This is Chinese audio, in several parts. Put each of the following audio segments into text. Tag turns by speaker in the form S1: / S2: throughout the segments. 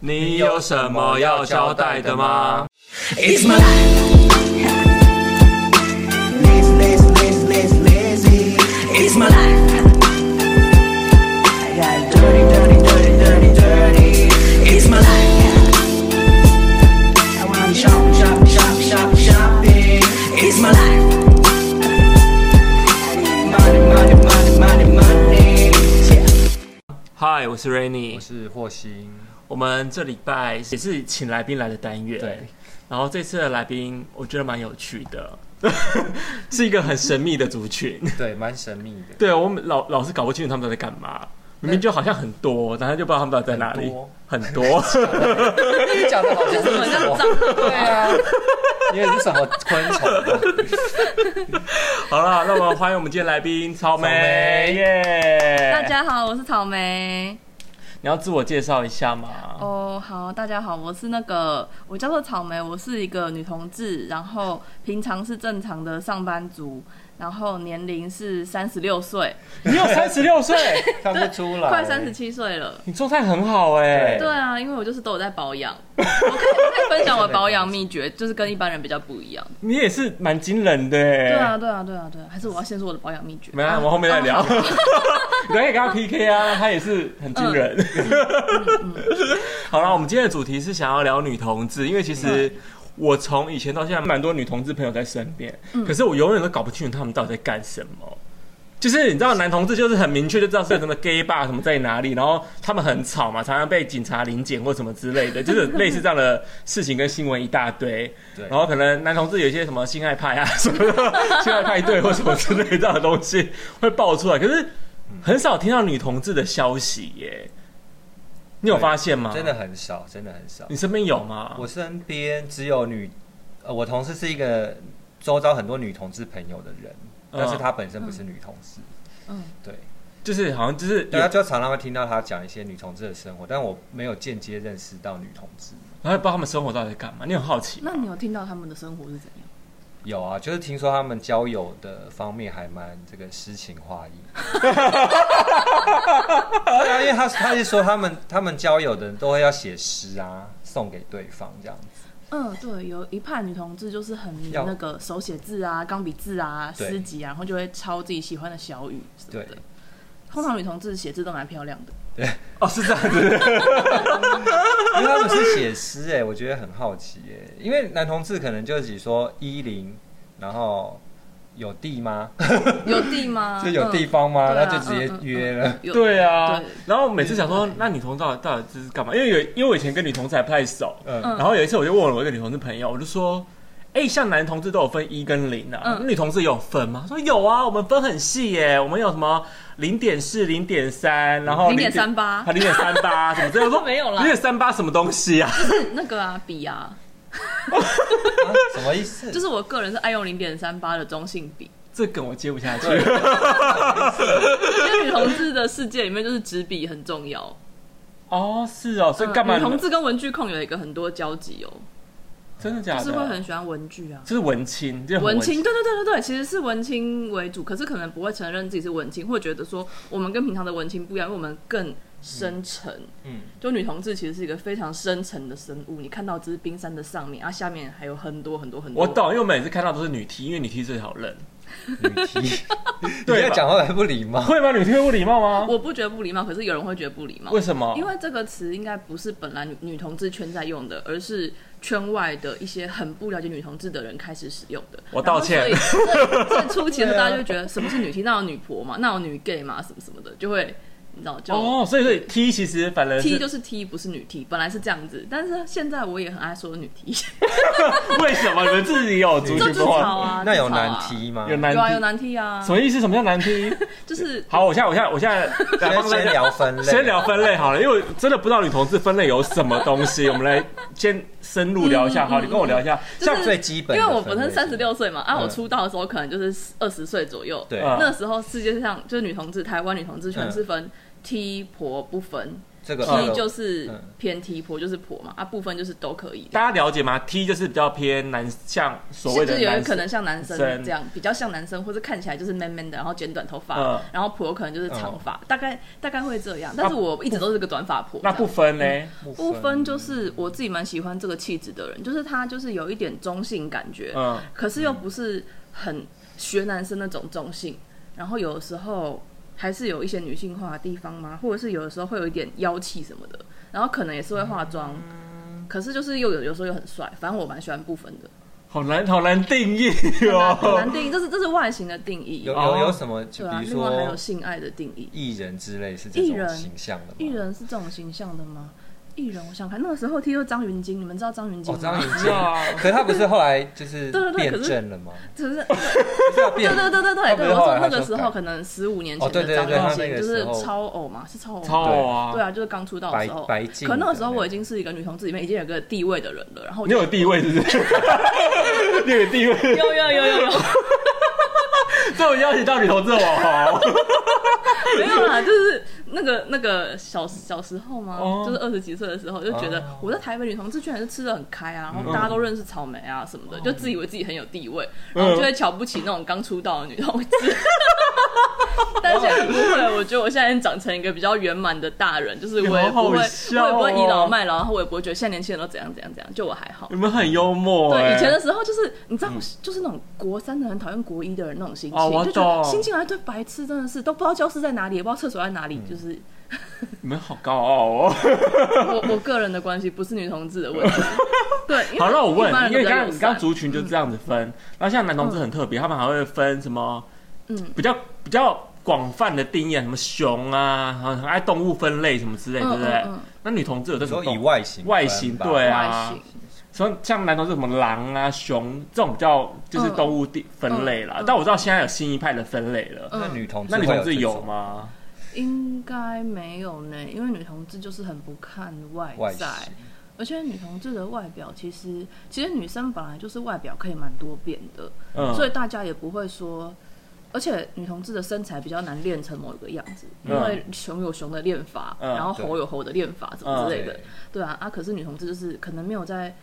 S1: 你有什么要交代的吗？
S2: It's my life. Lazy, lazy, lazy, lazy, lazy. It's my life. I got dirty, dirty, dirty, dirty, dirty. It's my life. I wanna shop, shop, shop, shop, shopping. It's my life. I need money, money, money, money, money. Yeah.
S1: 嗨，我是 Rainy，
S3: 我是霍星，
S1: 我们这礼拜也是请来宾来的单元，
S3: 对。
S1: 然后这次的来宾我觉得蛮有趣 的，是一个很神秘的族群。
S3: 对，蛮神秘的，
S1: 对我们老老是搞不清楚他们到底在干嘛，明明就好像很多，但他就不知道他们到底在哪里。很多，
S3: 你讲的好像
S4: 好像
S3: 是
S4: 脏
S3: 我，对啊，你也是什么昆虫啊？
S1: 好了，那么欢迎我们今天来宾草莓
S3: 草莓
S1: 耶！
S4: 大，家好，我是草莓。
S1: 你要自我介绍一下吗？
S4: 哦、好，大家好，我是那个，我叫做草莓，我是一个女同志，然后平常是正常的上班族，然后年龄是三十六岁，
S1: 你有三十六 岁，
S3: 看不出来，
S4: 快三十，七岁了。
S1: 你状态很好哎、
S3: 对
S4: 对啊，因为我就是都有在保养，我可以我可以分享我的保养 秘诀，就是跟一般人比较不一样。
S1: 你也是蛮惊人的哎、
S4: 对啊，对啊，对啊，对啊，还是我要先说我的保养秘诀。
S1: 没啊，我们后面再聊。 你可以跟他 PK 啊，他也是很惊人。好了，我们今天的主题是想要聊女同志，因为其实我从以前到现在蛮多女同志朋友在身边，可是我永远都搞不清楚他们到底在干什么。就是你知道，男同志就是很明确就知道是什么 gay bar 什么在哪里，然后他们很吵嘛，常常被警察临检或什么之类 的，就是类似这样的事情跟新闻一大堆。
S3: 对
S1: 然后可能男同志有一些什么性爱派啊什么的， 性爱派对或什么之类的这样的东西会爆出来，可是很少听到女同志的消息耶。你有发现吗？嗯
S3: 真的，很少，真的很少
S1: 你。身边有吗？
S3: 我身边只有女，呃，我同事是一个周遭很多女同志朋友的人，
S1: 嗯
S3: 但是她本身不是女同志，
S4: 嗯，
S3: 对，
S1: 就是好像就是有
S3: 大家就常常会听到她讲一些女同志的生活，但我没有间接认识到女同志。
S1: 然后也不知道他们生活到底在干嘛，你很好奇吗。
S4: 那你有听到他们的生活是怎样？
S3: 有啊，就是听说他们交友的方面还蛮这个诗情画意。对啊，因为他他是说他们他们交友的人都会要写诗啊，送给对方这样子。
S4: 嗯，对，有一派女同志就是很迷
S3: 要
S4: 那个手写字啊、钢笔字啊、
S3: 对
S4: 诗集啊，然后就会抄自己喜欢的小语什么
S3: 对
S4: 的。通常女同志写字都蛮漂亮的，
S3: 对，
S1: 哦，是这样子，
S3: 因为他们是写诗哎，我觉得很好奇哎、因为男同志可能就只说一零，然后有地吗？？
S4: 有地吗
S3: 就有地方吗？
S4: 嗯
S3: 那就直接约了。
S4: 有
S1: 对啊
S4: 对。嗯
S1: 然后每次想说，那女同志到底到底这是干嘛？因为有，因为我以前跟女同志还不太熟，
S3: 嗯
S1: 然后有一次我就问了我一个女同志朋友，我就说。哎、像男同志都有分一跟零啊，
S4: 嗯
S1: 女同志也有分吗？她说有啊，我们分很细耶，我们有什么零点四、零点
S4: 嗯
S1: 三，然后
S4: 0.38
S1: 零点三 八什么之类的。我说
S4: 没有啦
S1: 零点三八什么东西啊？
S4: 那个啊，笔啊，
S3: 啊什么意思？
S4: 就是我个人是爱用零点三八的中性笔，
S1: 这梗我接不下去。
S4: 因为女同志的世界里面就是纸笔很重要。
S1: 哦，是哦，所以干嘛
S4: 嗯女
S1: 你们？
S4: 同志跟文具控有一个很多交集哦，
S1: 真的假
S4: 就
S1: 的？
S4: 是会很喜欢文具啊。
S1: 就是 文青，就是很
S4: 文青，。对对对对对，其实是文青为主，可是可能不会承认自己是文青，会觉得说我们跟平常的文青不一样，因为我们更深沉。
S3: 嗯，
S4: 就女同志其实是一个非常深沉的生物，你看到只是冰山的上面，啊，下面还有很多很多很多。
S1: 我懂，因为我每次看到都是女 T，因为女 T 最好认。
S3: 女 T，你
S1: 对吧
S3: 这样讲话很不礼貌。
S1: 会吗？女 T 会不礼貌吗？
S4: 我不觉得不礼貌，可是有人会觉得不礼貌
S1: 为。什么？
S4: 因为这个词应该不是本来女女同志圈在用的，而是圈外的一些很不了解女同志的人开始使用的。
S1: 我道歉
S4: 然后所以 最最初期的时候，大家就觉得什么是女 T，那有女婆嘛，那有女 gay 嘛，什么什么的，就会你知道就。
S1: 哦，所以所以 T 其实反而
S4: T
S1: 是
S4: 就是 T，不是女 T，本来是这样子，但是现在我也很爱说女 T，
S1: 为什 么你们自己有 族
S4: 就
S1: 群
S4: 自
S1: 文
S4: 嘲
S1: 化？
S4: 啊，
S3: 那有
S4: 自嘲啊
S3: 难，题吗？
S1: 有男
S4: 有啊有
S1: T
S4: 男 T 啊，
S1: 什么意思？什么叫男 T？
S4: 就是
S1: 好，我现在我现在我现在来
S3: 先
S1: 帮大
S3: 先
S1: 家
S3: 聊分类，啊
S1: 先聊分类好了，因为我真的不知道女同志分类有什么东西，我们来先深入聊一下。好，你跟我聊一下，
S4: 就是
S3: 最基本
S4: 因
S3: 的
S4: 为
S3: 分类
S4: 我本身三十六岁嘛，啊，
S3: 嗯
S4: 我出道的时候可能就是二十岁左右，
S3: 对
S1: 嗯
S4: 那时候世界上就是女同志，台湾女同志圈
S3: 嗯
S4: 是分 T 婆不分，
S3: 这个
S1: 哎
S4: T 就是
S3: 嗯
S4: 偏 T 婆就是婆嘛，啊部分就是都可以的，
S1: 大家了解吗？T 就是比较偏男，像所谓
S4: 甚
S1: 的
S4: 至有
S1: 男
S4: 人可能像男生
S1: 生
S4: 这样，比较像男生，或者看起来就是 man man 的，然后剪短头发，
S1: 嗯啊
S4: 然后婆有可能就是长发，大概大概会这样。但是我一直都是个短发婆。
S1: 那不分呢？
S4: 不分就是我自己蛮喜欢这个气质的人，就是他就是有一点中性感觉，
S1: 嗯，
S4: 可是又不是很学男生那种中性，然后有的时候还是有一些女性化的地方嘛，或者是有的时候会有一点妖气什么的，然后可能也是会化妆，
S3: 嗯
S4: 可是就是又有有时候又很帅，反正我蛮喜欢不分的，
S1: 好难，好难定义
S4: 很 难很
S1: 哦。
S4: 难定义，这是这是外形的定义
S3: 有，
S1: 哦
S3: 有有什么？就
S4: 对啊，
S3: 比如
S4: 另外还有
S3: 说
S4: 性爱的定义，
S3: 艺人之类是这
S4: 艺
S3: 种
S4: 人
S3: 形象的吗？
S4: 艺人是这种形象的吗？艺人，我想看那个时候踢就是张云京，你们知道张云京
S3: 哦
S4: 吗？，
S3: 张云
S1: 知
S3: 京
S1: 道啊，
S3: 可是他不是后来就是
S4: 对对对
S3: 变
S4: 可是
S3: 正了吗？
S4: 就是
S3: 不是要变
S4: 对对对对
S3: 他
S4: 对
S3: 不
S4: 对，
S3: 是
S4: 我
S3: 后
S4: 说
S3: 来
S4: 那
S3: 他
S4: 个
S3: 说
S4: 时
S3: 改
S4: 候可能十五年
S3: 哦
S4: 前
S3: 对
S4: 的
S3: 对
S4: 张
S3: 对
S4: 雨
S3: 他那
S4: 绮
S3: 个
S4: 就
S3: 时
S4: 是
S3: 候
S4: 超偶嘛，是超偶吗，
S1: 超偶啊！
S4: 对啊，就是刚出道的时候，
S3: 白白净
S4: 可那
S3: 的
S4: 个时候
S3: 那
S4: 我
S3: 个
S4: 已经是一个女同志里面已经有个地位的人了，然后我
S1: 你
S4: 就
S1: 有地位是不 是？你有地位，
S4: 有有有有 有
S1: 这种邀请到女同志网红，
S4: 没有啦，就是那个那个小小时候嘛，
S1: 哦
S4: 就是二十几岁的时候就觉得
S3: 哦
S4: 我在台北女同志居然是吃的很开啊，
S1: 嗯
S4: 然后大家都认识草莓啊什么
S1: 哦
S4: 的，就自以为自己很有地位，然
S1: 嗯
S4: 后就会瞧不起那种刚出道的女同志。 但现在不会，我觉得我现在长成一个比较圆满的大人，就是我也不
S1: 你好
S4: 会，
S1: 好
S4: 我
S1: 笑哦
S4: 也不会倚老卖老，然后我也不会觉得现在年轻人都怎样怎样怎样，就我还好
S1: 你。们很幽默哎。
S4: 对，以前的时候就是你知道，就是那种国三的很讨厌国一的人那种心情，
S1: 嗯哦我
S4: 就觉得
S1: 懂
S4: 心情来对白痴真的是都不知道教室在哪里，也不知道厕所在哪
S1: 嗯
S4: 里，就是
S1: 你们好高傲哦。
S4: 我我个人的关系不是女同志的 问题。对，因为
S1: 好，那我
S4: 一般
S1: 问，
S4: 人
S1: 因
S4: 都
S1: 为
S4: 比
S1: 刚
S4: 较友
S1: 刚
S4: 善
S1: 你刚刚族群就这样子分，然后像男同志很特别，他们还会分什么，
S4: 嗯
S1: 比较比较广泛的定义，什么熊啊，很很爱动物分类什么之类，
S4: 嗯
S1: 对不对
S4: 嗯嗯？
S1: 那女同志有这种
S3: 说以
S1: 动物
S3: 外形
S1: 外形
S3: 分吧
S1: 对
S4: 外
S1: 啊
S4: 形，
S1: 像像男同志什么狼啊、熊这种比较就是动物地分类啦
S4: 嗯。嗯嗯
S1: 但我知道现在有新一派的分类了，
S3: 那女同志
S1: 那女同志
S3: 会有这
S1: 有
S3: 种？
S1: 吗？
S4: 应该没有呢，因为女同志就是很不看外
S3: 外形
S4: 在，而且女同志的外表其实其实女生本来就是外表可以蛮多变的，
S1: 嗯，
S4: 所以大家也不会说。而且女同志的身材比较难练成某一个样子，因为熊有熊的练法，
S1: 嗯
S4: 然后猴有猴的练法，什么之类的。
S3: 对
S4: 对啊，啊，可是女同志就是可能没有在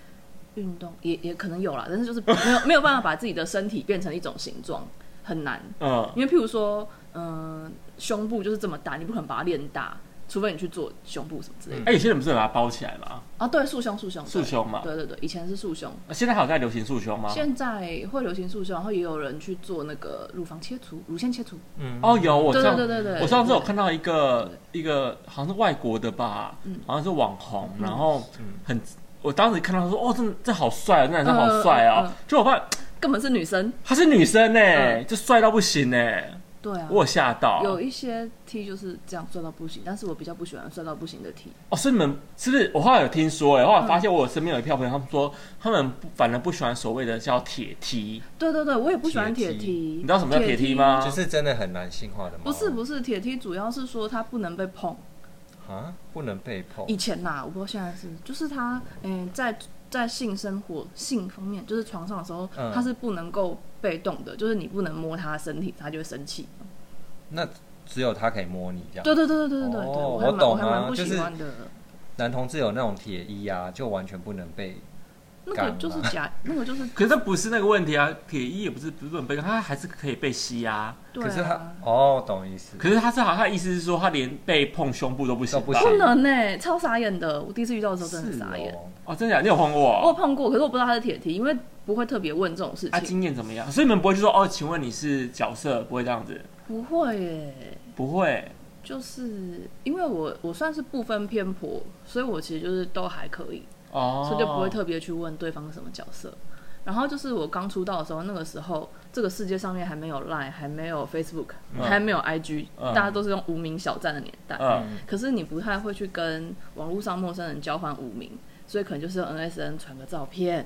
S4: 运动，也也可能有啦，但是就是没有没有办法把自己的身体变成一种形状，很难。
S1: 嗯
S4: 因为譬如说，嗯、胸部就是这么大，你不可能把它练大，除非你去做胸部什么之类的。
S1: 哎，有些人不是把它包起来吗？
S4: 啊，对，束胸，束胸，对
S1: 束胸嘛
S4: 对对对，以前是束胸，
S1: 现在还有在流行束胸吗？
S4: 现在会流行束胸，然后也有人去做那个乳房切除、乳腺切除。
S1: 哦，有我
S4: 对
S1: 上
S4: 对对对对
S1: 我上次有看到一个一个好像是外国的吧，
S4: 嗯
S1: 好像是网红，然后很，我当时看到说，哦，这这好帅啊，这男生好帅
S4: 嗯嗯
S1: 啊
S4: 嗯，
S1: 就我发现
S4: 根本是女生。
S1: 她是女生呢，就帅到不行呢，
S4: 对啊，
S1: 我有吓到。
S4: 嗯有一些 T 就是这样帅到不行，但是我比较不喜欢帅到不行的 T。
S1: 哦，所以你们是不是？我后来有听说，哎，后
S4: 嗯
S1: 来发现我身边有一票朋友，他们说他们不反而不喜欢所谓的叫铁梯，
S4: 对对对，我也不喜欢
S3: 铁
S4: 铁
S3: T
S4: T。
S1: 你知道什么叫铁梯？吗？
S3: 就是真的很男性化的吗？
S4: 不是不是，铁梯主要是说它不能被碰。
S3: 啊，不能被碰。
S4: 以前啦，我不知道现在是，就是它，嗯、在在性生活性方面，就是床上的时候，
S3: 嗯
S4: 它是不能够被动的，就是你不能摸它的身体，它就会生气。
S1: 哦
S3: 那只有他可以摸你这样。
S4: 对对对对对对对，
S3: 哦
S4: 我还
S3: 我
S4: 蛮
S3: 懂
S4: 我还蛮
S3: 啊
S4: 不
S3: 就
S4: 喜
S3: 是
S4: 欢的。
S3: 男同志有那种铁衣啊，就完全不能被。
S4: 那
S3: 干
S4: 个
S3: 嘛
S4: 就是假，那个就是
S1: 可是这不是那个问题啊，铁衣也不是不是不能被，他还是可以被吸啊。
S4: 对
S3: 可是他
S4: 啊，
S3: 哦，懂意思。
S1: 可是他是好，他的意思是说他连被碰胸部都不行吧，
S3: 都不行
S4: 不能呢、超傻眼的。我第一次遇到的时候真的很
S3: 是
S4: 傻眼。
S3: 哦，
S1: 哦，真的假的？你有碰过
S4: 我有
S1: 哦？
S4: 碰过，可是我不知道它是铁梯，因为不会特别问这种事
S1: 啊，
S4: 情。
S1: 经验怎么样？所以你们不会就说哦，请问你是角色，不会这样子，
S4: 不会耶、
S1: 不会。
S4: 就是因为我我算是不分偏颇，所以我其实就是都还可以，
S1: 哦，
S4: 所以就不会特别去问对方是什么角色。然后就是我刚出道的时候，那个时候这个世界上面还没有 Line，还没有 Facebook，、
S1: 嗯
S4: 还没有 IG，、
S1: 嗯
S4: 大家都是用无名小站的年代。
S1: 嗯，
S4: 可是你不太会去跟网络上陌生人交换无名，所以可能就是用 NSN 传个照片，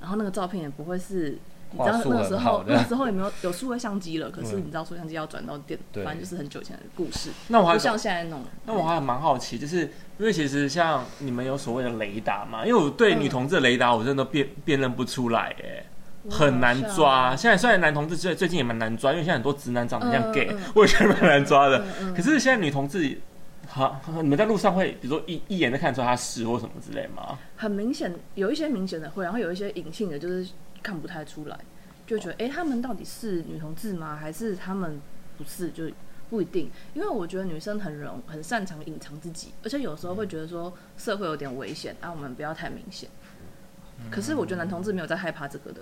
S4: 然后那个照片也不会是。你知道
S3: 画素
S4: 那个时
S3: 很好
S4: 候，
S3: 的
S4: 那个时候也没有有数位相机了，可是
S3: 嗯
S4: 你知道数位相机要转到电，
S3: 对
S4: 反正就是很久以前的故事，
S1: 那我还
S4: 不像现在那种。
S1: 那我还蛮好奇，就是因为其实像你们有所谓的雷达嘛，因为我
S4: 嗯
S1: 对女同志的雷达我真的辨辨认不出来，哎，很难抓。现在虽然男同志最最近也蛮难抓，因为现在很多直男长得像
S4: 嗯
S1: gay，
S4: 嗯
S1: 我也觉得蛮难抓的
S4: 嗯。嗯
S1: 可是现在女同志好，你们在路上会，比如说一一眼就看出他是或什么之类吗？
S4: 很明显，有一些明显的会，然后有一些隐性的，就是看不太出来，就觉得诶，他们到底是女同志吗？还是他们不是？就不一定，因为我觉得女生很容很擅长隐藏自己，而且有时候会觉得说社会有点危险啊，我们不要太明显。
S3: 嗯
S4: 可是我觉得男同志没有在害怕这个的。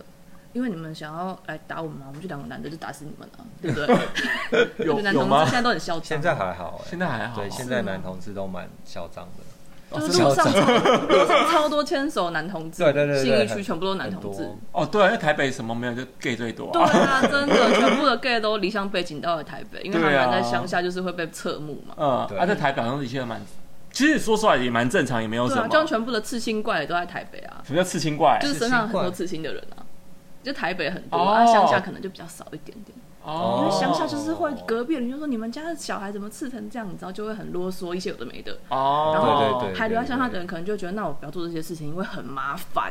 S4: 因为你们想要来打我们嘛，我们就两个男的就打死你们 了、对不对？我觉
S1: 有
S4: 得男
S1: 有
S4: 同志
S1: 吗
S4: 现？在都很嚣张，
S3: 现在还好、欸，
S1: 现在还好，
S3: 对，现在男同志都蛮嚣张的。
S4: 就是路上超路上超多牵手男同志，
S3: 对对对对
S4: 信义
S3: 很
S4: 区全部都是男同志
S3: 很。多
S1: 哦，对，因为台北什么没有，就 gay 最多、
S4: 对
S1: 啊。
S4: 啊，真的，全部的 gay 都离乡背景到了台北，因为他
S1: 对啊
S4: 们在乡下就是会被侧目嘛。
S1: 嗯，
S3: 对
S1: 啊，在台北好像一切都蛮，其实说出来也蛮正常，也没有
S4: 对
S1: 什
S4: 啊，
S1: 么。
S4: 就像全部的刺青怪也都在台北啊，
S1: 什么叫刺青怪？
S4: 就是身上很多
S3: 刺
S4: 刺青的人啊，就台北很多
S1: 哦
S4: 啊，乡下可能就比较少一点点。因
S1: 哦
S4: 为乡下就是会隔壁人就说你们家的小孩怎么刺成这样，你知道就会很啰嗦，一些有的没的。
S1: 哦，
S4: 然
S3: 对
S4: 后
S3: 对对
S4: 还留在乡下的人可能就觉得，那我不要做这些事情，因为很麻烦，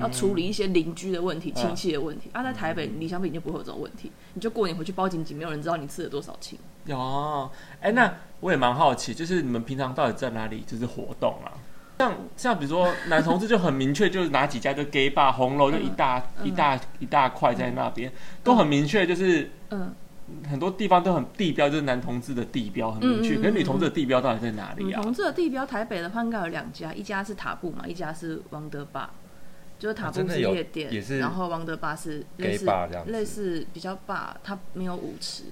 S4: 要处理一些邻居的问题、亲戚的问题。啊，在台北离乡背景就不会有这种问题，你就过年回去包紧紧，没有人知道你吃了多少青。
S1: 有，哎、那我也蛮好奇，就是你们平常到底在哪里就是活动啊？像像比如说男同志就很明确，就是哪几家就 gay 吧，红楼就一大、
S4: 嗯
S1: 一大一大块在那边，都很明确，就是
S4: 嗯，
S1: 很多地方都很地标，就是男同志的地标很明确，
S4: 嗯嗯嗯嗯
S1: 可是女同志的地标到底在哪里
S4: 女
S1: 啊？
S4: 同志的地标，台北的话应该有两家，一家是塔布嘛，一家是王德坝。就是塔
S3: 啊
S4: 布
S3: 真的
S4: 是
S3: 有
S4: 夜
S3: 也
S4: 店，
S3: 是
S4: 然后王德坝是类
S3: gay
S4: 似
S3: bar 这样子
S4: 类似比较坝，它没有舞池，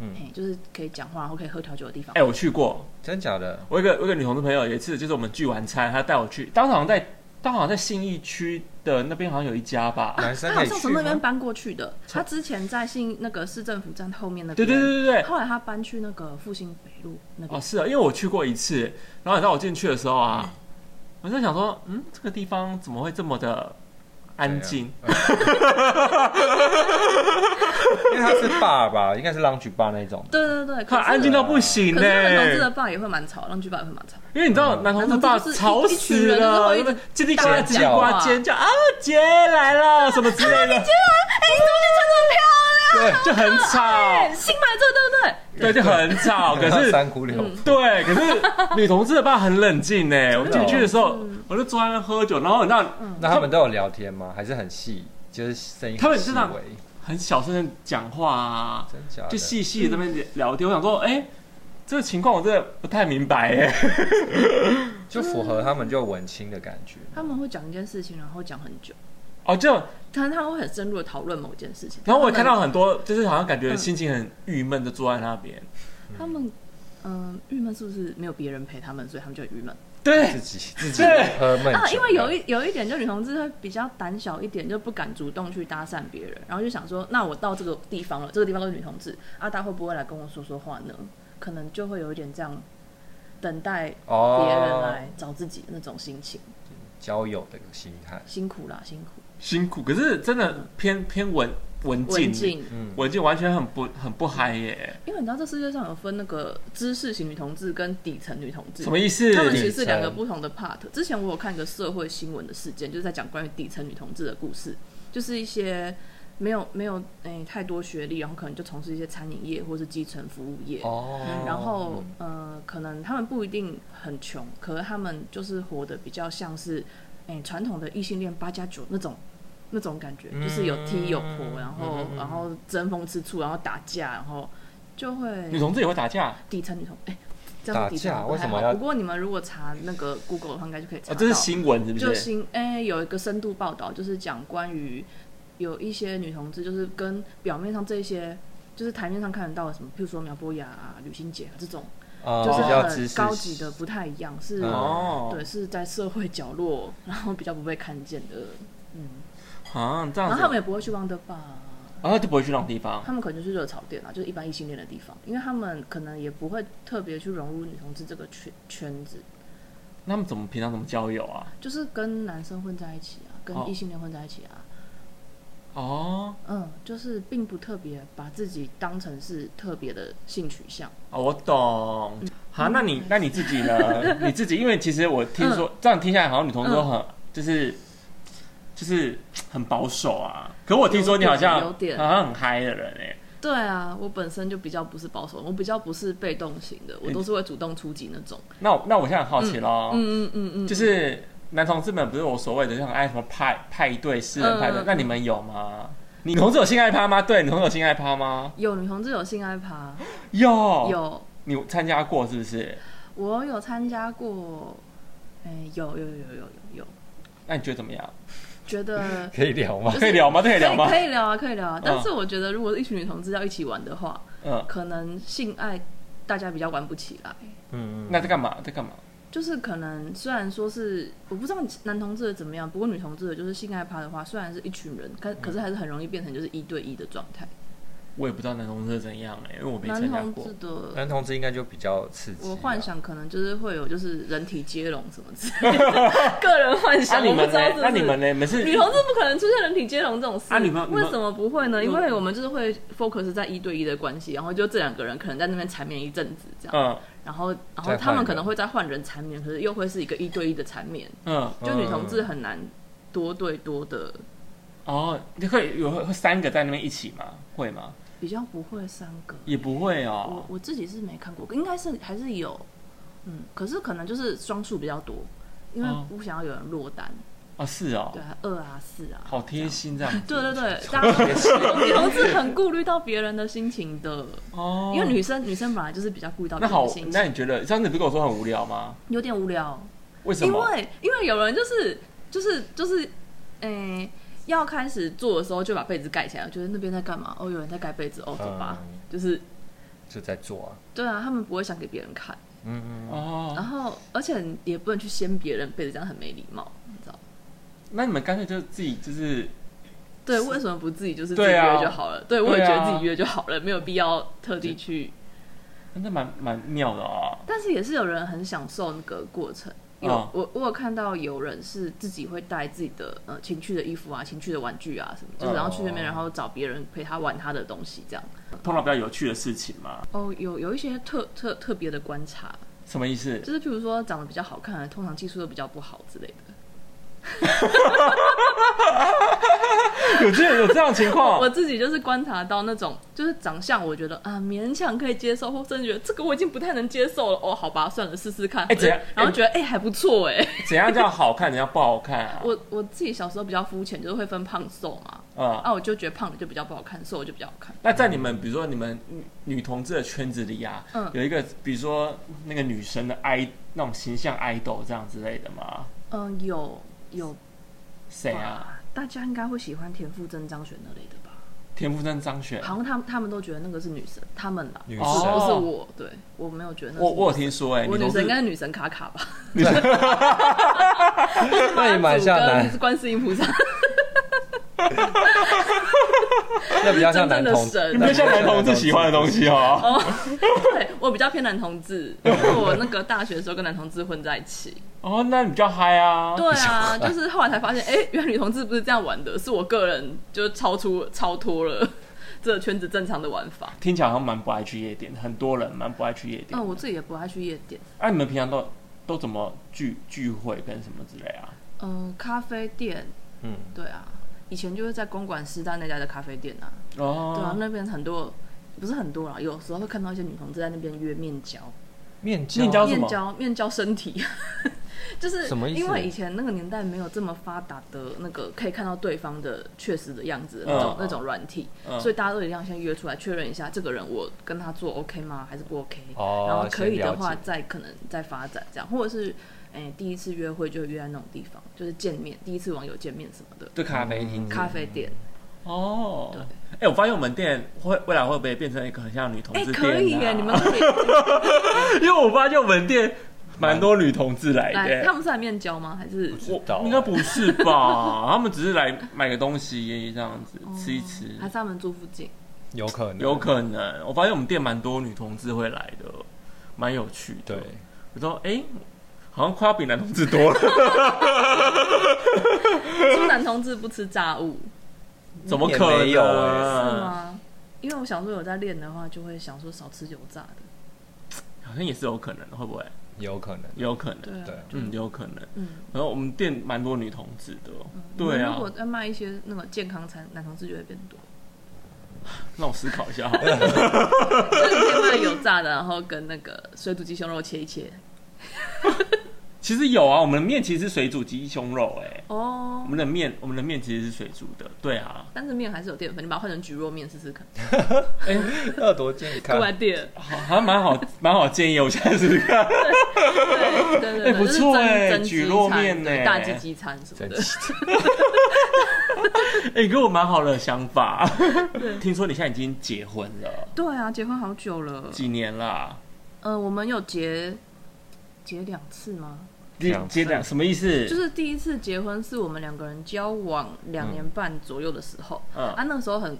S3: 嗯
S4: 嘿，就是可以讲话然后可以喝调酒的地方
S1: 哎、。我去过，
S3: 真假的？
S1: 我有一个我有一个女同志朋友，有一次就是我们聚完餐，她带我去，当时好像在当时好像在信义区的那边好像有一家吧，
S3: 男生
S4: 啊
S3: 可
S4: 他好
S3: 以
S4: 像
S3: 去
S4: 从那边
S3: 吗？
S4: 搬过去的，他之前在信那个市政府站后面那
S1: 对
S4: 边，
S1: 对对对对，
S4: 后来他搬去那个复兴北路那
S1: 哦，
S4: 边，
S1: 是啊，因为我去过一次，然后你知道我进去的时候啊，我就想说，嗯，这个地方怎么会这么的安静？
S3: 因为他是 bar 吧，应该是 lounge bar 那一种。
S4: 对对对，可
S1: 看
S4: 是
S1: 安静到不行
S4: 可
S1: 呢、
S4: 是男同志的爸也会蛮吵，浪居爸也会蛮吵，
S1: 因为你知道男同志爸
S4: 男同志就是
S1: 吵
S4: 一群
S1: 死
S4: 人就是
S1: 了
S4: 会一直，
S1: 叽里呱
S4: 大
S1: 啦
S4: 家
S1: 叽里
S3: 讲
S1: 呱啦
S4: 话
S1: 尖叫啊，姐来了什么之类的，
S4: 啊哎
S3: 对，
S1: 就很吵，
S4: 新买这
S1: 对，
S4: 对
S1: 就很 吵。哦可是
S3: 三姑六婆，
S4: 嗯
S1: 对，可是女同志的爸很冷静呢、我进去的时候
S4: 嗯，
S1: 我就坐在那边喝酒，然后你知道
S3: 那他们都有聊天吗？还是很细，就是声音很
S1: 他们
S3: 细
S1: 真的
S3: 微
S1: 很小声的讲话啊，
S3: 真假的？
S1: 就细细的那边聊天。我想说，哎、这个情况我真的不太明白哎、
S3: 就符合他们就文青的感觉。
S1: 嗯
S4: 对，他们会讲一件事情，然后讲很久，
S1: 哦，就
S4: 但是他会很深入的讨论某件事情。
S1: 然后我也
S4: 他
S1: 看
S4: 们
S1: 到很多，就是好像感觉心情很郁闷的坐在那边。
S4: 他们，嗯，郁闷是不是没有别人陪他们，所以他们就很郁闷
S1: 对
S3: 自己自己
S1: 对
S3: 喝闷酒
S4: 啊？因为有一有一点，就女同志会比较胆小一点，就不敢主动去搭讪别人，然后就想说，那我到这个地方了，这个地方都是女同志，啊，大家会不会来跟我说说话呢？可能就会有一点这样等待别人
S3: 哦
S4: 来找自己的那种心情，
S3: 交友的心态，
S4: 辛苦啦，辛苦。
S1: 辛苦，可是真的偏偏文文静，
S4: 文静，
S3: 嗯，
S1: 文静完全很不很不嗨耶、
S4: 因为你知道这世界上有分那个知识型女同志跟底层女同志，
S1: 什么意思
S4: 他？们其实是两个不同的 part。之前我有看一个社会新闻的事件，就是在讲关于底层女同志的故事，就是一些没有没有诶、太多学历，然后可能就从事一些餐饮业或是基层服务业，
S3: 哦，
S4: 然后呃，可能他们不一定很穷，可是他们就是活得比较像是诶传、统的异性恋八加九那种。那种感觉就是有踢有婆，然后、然后争风吃醋，然后打架，然后就会
S1: 女同志也会打架，
S4: 底层女同，哎、这样子底层
S3: 打架
S4: 不太
S3: 为什么
S4: 好
S3: 要
S4: 不过你们如果查那个 Google 的话，应该就可以查
S1: 哦，
S4: 到。
S1: 这是新闻是不？
S4: 就是新哎、有一个深度报道，就是讲关于有一些女同志，就是跟表面上这些，就是台面上看得到的什么，譬如说苗博雅、啊、吕欣洁啊这种，
S3: 哦
S4: 就是
S3: 比较知
S4: 很
S3: 识嗯
S4: 高级的，不太一样，是、
S1: 哦，
S4: 对，是在社会角落，然后比较不被看见的。
S1: 啊，这样
S4: 然后
S1: 子，
S4: 他们也不会去 Wonder Bar 啊。
S1: 然后就不会去那种地方。
S4: 他们可能就是热炒店啊，就是一般异性恋的地方，因为他们可能也不会特别去融入女同志这个圈圈子，
S1: 那他们怎么平常怎么交友啊？
S4: 就是跟男生混在一起啊，
S1: 哦
S4: 跟异性恋混在一起啊，
S1: 哦，
S4: 嗯，就是并不特别把自己当成是特别的性取向。
S1: 哦，我懂。好，那你那你自己 呢？你自己，因为其实我听
S4: 嗯
S1: 说、这样听下来，好像女同志都很、就是就是很保守啊。可我听说你好像
S4: 有点有点
S1: 好像很嗨的人哎、
S4: 对啊，我本身就比较不是保守，我比较不是被动型
S1: 嗯
S4: 的，我都是会主动出击那种。
S1: 那我那我现在很好奇咯，
S4: 嗯嗯嗯嗯，
S1: 哦就是男同志们不是我所谓的就很爱什么派派对、私人派对，
S4: 嗯嗯
S1: 那你们有吗？你同志有性爱趴吗？对，你同志有性爱趴吗？
S4: 有女同志有性爱趴，
S1: 有，
S4: 有
S1: 你参加过是不是？
S4: 我有参加过，哎、有有有有有有，
S1: 那你觉得怎么样？
S4: 觉得
S3: 可以聊吗？
S1: 哦可以聊吗？这可以
S4: 可
S1: 聊
S4: 以
S1: 吗？
S4: 可以聊啊，可以聊啊。但是我觉得，如果一群女同志要一起玩的话，
S1: 嗯，
S4: 可能性爱大家比较玩不起来。
S3: 嗯，
S1: 那在干嘛？在干嘛？
S4: 就是可能虽然说是我不知道男同志的怎么样，不过女同志的就是性爱趴的话，虽然是一群人，
S1: 嗯
S4: 可可是还是很容易变成就是一对一的状态。
S1: 我也不知道男同志怎样哎、因为我没
S4: 男
S1: 参加
S4: 同
S1: 过
S4: 志。的，
S3: 男同志应该就比较刺激啊。
S4: 我幻想可能就是会有就是人体接龙什么 之类的，个人幻
S1: 那、
S4: 想。
S1: 你
S4: 我
S1: 们
S4: 不
S1: 呢
S4: 知道是不？是
S1: 那你们呢？你们是
S4: 女同志不可能出现人体接龙这种事，
S1: 啊你们你
S4: 为
S1: 们
S4: 什么不会呢？
S1: 你
S4: 因
S1: 们
S4: 为我们就是会 focus 在一对一的关系，然后就这两个人可能在那边缠绵一阵子这样，
S1: 嗯
S4: 然后然
S3: 再
S4: 后
S3: 换
S4: 他们
S3: 人
S4: 可能会再换人缠绵，可是又会是一个一对一的缠绵，
S1: 嗯
S4: 就女同志很难多对多的，
S1: 哦，你会有会三个在那边一起吗？会吗？
S4: 比较不会三个。
S1: 也不会
S4: 我
S1: 哦。
S4: 我自己是没看过，应该是还是有，嗯，可是可能就是双数比较多，因为
S1: 哦
S4: 不想要有人落单，
S1: 哦，是哦
S4: 对，啊，二啊四啊，
S1: 好贴心这样子。
S4: 对对对， 大家 女同志很顾虑到别人的心情的，
S1: 哦，
S4: 因为女生女生本来就是比较顾虑到别
S1: 那
S4: 人
S1: 好
S4: 的心，
S1: 那
S4: 情，
S1: 你觉得上次你不是跟我说很无聊吗？
S4: 有点无聊，
S1: 为什
S4: 因
S1: 么？
S4: 为因为有人就是就是就是，诶、要开始做的时候就把被子盖起来，我觉得那边在干嘛？哦，有人在盖被子，哦，走吧，
S3: 嗯
S4: 就是
S3: 就在做啊，
S4: 对啊，他们不会想给别人看，
S3: 嗯嗯，
S4: 然
S1: 哦，
S4: 后而且也不能去掀别人被子，这样很没礼貌，你知道吗？
S1: 那你们干脆就自己就是
S4: 对，为什么不自己就是自己
S1: 对啊
S4: 约就好了？对,、我也
S1: 对
S4: 觉
S1: 啊
S4: 得自己约就好了，没有必要特地去。
S1: 那蛮蛮妙的啊。
S4: 但是也是有人很享受那个过程。有、
S1: 哦
S4: 我我有看到有人是自己会带自己的呃情趣的衣服啊、情趣的玩具啊什么，就是然后去那边，
S3: 哦
S4: 然后找别人陪他玩他的东西这样。
S1: 碰到比较有趣的事情嘛？
S4: 哦，有有一些特特特别的观察，
S1: 什么意思？
S4: 就是譬如说长得比较好看的，通常技术都比较不好之类的。
S1: 有这有这样的情况
S4: 我？自己就是观察到那种，就是长相我觉得啊勉强可以接受，或真的觉得这个我已经不太能接受了。哦，好吧，算了，试试看。
S1: 哎怎样
S4: 然后觉得哎、还不错哎、
S1: 怎样叫好看？怎样不好看啊？
S4: 我我自己小时候比较肤浅，就是会分胖瘦嘛。
S1: 啊、
S4: 啊，我就觉得胖的就比较不好看，瘦的就比较好看。
S1: 那在你们比如说你们女女同志的圈子里啊，
S4: 嗯
S1: 有一个比如说那个女生的 i 那种形象 idol 这样之类的吗？
S4: 嗯，有有
S1: 谁啊？
S4: 吧，大家应该会喜欢田馥甄、张悬那类的吧？
S1: 田馥甄、张悬。
S4: 好像他们他们都觉得那个是女神，他们啦，
S3: 女
S4: 不
S3: 神
S4: 是不是
S1: 哦
S4: 我，对我没有觉得那是
S1: 我我有
S4: 女
S1: 听
S4: 神
S1: 说哎、欸，
S4: 我
S1: 女
S4: 女
S1: 同
S4: 神应该
S1: 志
S4: 是女神卡卡吧？
S3: 那也蛮像
S4: 妈祖
S3: 男
S4: 跟，观世音菩萨，
S3: 那比较像男同
S4: 真正的
S1: 你
S4: 神
S1: 们像男同志喜欢的东西 哦。
S4: 哦，对 我比较偏男同志，因为我那个大学的时候跟男同志混在一起。
S1: 哦，那你比较嗨啊。
S4: 对啊，就是后来才发现，哎、原来女同志不是这样玩的，是我个人就超出超脱了 这个圈子正常的玩法。
S1: 听起来好像蛮不爱去夜店，很多人蛮不爱去夜店。
S4: 嗯，我自己也不爱去夜店，
S1: 啊，你们平常都都怎么聚聚会跟什么之类啊？
S4: 嗯、咖啡店，
S3: 嗯，
S4: 对啊，以前就是在公馆师大那家的咖啡店啊，对啊，
S1: 哦，
S4: 那边很多。不是很多啦，有时候会看到一些女同志在那边约面交，
S3: 面交
S1: 面交什
S4: 面
S1: 么？
S4: 交面交身体， 就是
S3: 什么意思
S4: 因为以前那个年代没有这么发达的那个可以看到对方的确实的样子的那种、
S1: 嗯
S4: 那种软体，
S1: 嗯
S4: 所以大家都一定要先约出来确认一下，这个人我跟他做 OK 吗？还是不 OK？、
S3: 哦
S4: 然后可以的话
S3: 先了解
S4: 再可能再发展这样，或者是哎、第一次约会就约在那种地方，就是见面，第一次网友见面什么的，
S1: 对咖啡
S3: 嗯
S1: 厅。
S4: 咖啡店，
S1: 哦，
S4: 嗯对
S1: 哎、我发现我们店会未来会不会变成一个很像女同
S4: 哎、
S1: 志店、啊？
S4: 可以耶，你们可以
S1: 因为我发现我们店蛮多女同志来的、
S4: 来，他们是来面交吗？还是
S1: 我
S3: 知道
S1: 应该不是吧？ 他们只是来买个东西这样子，吃一吃，
S4: 哦还是他们住附近？
S3: 有可能，
S1: 有可能。我发现我们店蛮多女同志会来的，蛮有趣的。
S3: 对，
S1: 我说哎、好像快要比男同志多了，
S4: 是不是男同志不吃炸物？
S1: 怎么可能？
S3: 也没有
S4: 是
S3: 欸
S4: 吗？因为我想说有在练的话，就会想说少吃油炸的。
S1: 好像也是有可能，会不会？
S3: 有可能，
S1: 有可能，
S4: 对啊，
S3: 对，
S1: 嗯，有可能。
S4: 嗯，
S1: 然后我们店蛮多女同志的，
S4: 你
S1: 对
S4: 们
S1: 啊
S4: 如。果在卖一些那个健康餐，男同志就会变多。
S1: 让我思考一下好了。
S4: 就是你可以买油炸的，然后跟那个水煮鸡胸肉切一切。
S1: 其实有啊，我们的面其实是水煮鸡胸肉、哎，
S4: 哦
S1: 我，们的面，我们的面其实是水煮的，对啊，
S4: 但是面还是有淀粉，你把它换成焗肉面试 试看。
S1: 哎、
S3: 要多健康
S4: Good。idea。
S1: 啊好好像蛮好，蛮好建议，我下次试试看。
S4: 对对对，
S1: 哎
S4: 对
S1: 不
S4: 就是
S1: 错
S4: 蒸
S1: 哎
S4: 蒸
S1: 焗
S4: 鸡
S1: 肉
S4: 餐
S1: 面
S4: 对
S1: 哎
S4: 大鸡鸡餐什么的
S3: 蒸。
S1: 哎、给我蛮好的想法。听说你现在已经结婚了，
S4: 对啊，结婚好久了。
S1: 几年啦？
S4: 呃，我们有结结两次吗？
S1: 两
S3: 两次
S1: 结两什么意思？
S4: 就是第一次结婚是我们两个人交往两年半左右的时候，
S1: 嗯
S4: 啊，那时候很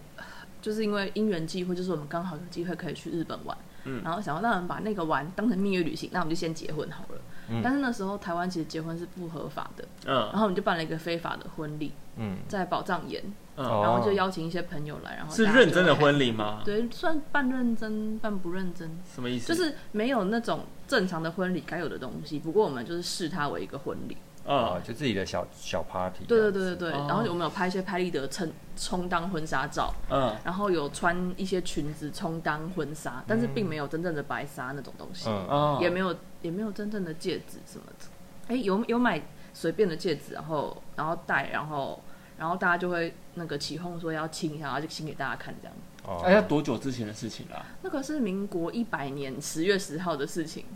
S4: 就是因为因缘际会，就是我们刚好有机会可以去日本玩，
S1: 嗯
S4: 然后想要让人把那个玩当成蜜月旅行，那我们就先结婚好了。但是那时候台湾其实结婚是不合法的，然
S1: 嗯
S4: 后我们就办了一个非法的婚礼，
S3: 嗯，
S4: 在宝藏岩，
S1: 嗯，
S3: 哦
S4: 然后就邀请一些朋友来，然后
S1: 是
S4: 大家就
S1: 认真的婚礼吗？
S4: 对，算半认真半不认真，
S1: 什么意思？
S4: 就是没有那种正常的婚礼该有的东西。不过我们就是视它为一个婚礼，
S3: 啊，
S1: 嗯，
S3: 就自己的小小 party。
S4: 对对对对对。
S1: 哦
S4: 然后我们有拍一些拍立得充充当婚纱照，
S1: 嗯
S4: 然后有穿一些裙子充当婚纱，但是
S1: 嗯
S4: 并没有真正的白纱那种东西，
S3: 嗯，
S1: 哦，
S4: 也没有也没有真正的戒指什么的。哎，有有买随便的戒指，然后然后戴，然后然后大家就会那个起哄说要亲一下，然后就亲给大家看这样。
S3: 哦
S1: 哎，要多久之前的事情啦？
S4: 那个是民国一百年十月十号的事情，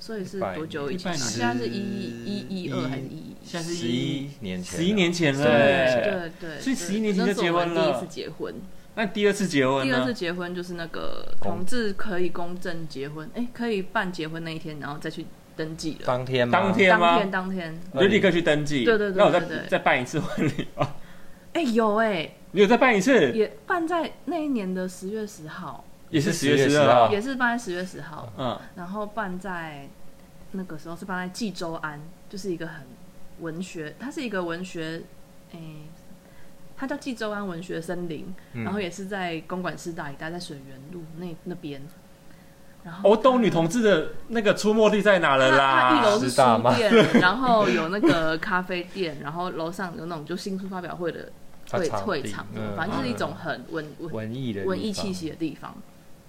S4: 所以是
S3: 100
S4: 多久以前啊？
S1: 年
S4: 现在是一一一二还是一一？
S1: 现在是
S3: 十一年前，
S1: 十一年，前了，哎
S4: 对对对，
S1: 所以
S4: 对
S1: 11年前就结婚了
S4: 那是我们第一次结婚，
S1: 那第二次结婚
S4: 第
S1: 呢？哦
S4: 二次结婚就是那个
S3: 公
S4: 同志可以公证结婚，哎，可以办结婚那一天，然后再去登记了。
S3: 当天吗
S1: 当天
S4: 当
S1: 吗？
S4: 天当天，
S1: 你就立刻去登记。
S4: 对对对
S1: 那我再
S4: 对对对
S1: 再办一次婚礼吧。
S4: 哎有哎，
S1: 你有再办一次？
S4: 也办在那一年的十月十号，
S1: 也是十
S3: 是
S1: 月
S3: 10
S1: 十
S3: 月
S1: 二
S3: 12
S1: 号。
S4: 也是办在十月十号，
S1: 嗯，
S4: 然后办在那个时候是办在济州安，就是一个很文学，它是一个文学，诶、它叫济州安文学森林，
S3: 嗯
S4: 然后也是在公馆师大一带，在水源路那那边。然后
S1: 我懂女同志的那个出没地在哪
S4: 它
S1: 了
S4: 它一楼
S1: 啦。
S4: 是
S3: 师大
S4: 书
S3: 吗
S4: 店，然后有那个咖啡店，然后楼上有那种就新书发表会的
S3: 它
S4: 会
S3: 场地
S4: 会场，
S3: 嗯
S4: 反正就是一种很文文
S3: 文艺的地
S4: 文艺
S3: 方
S4: 气息的地方。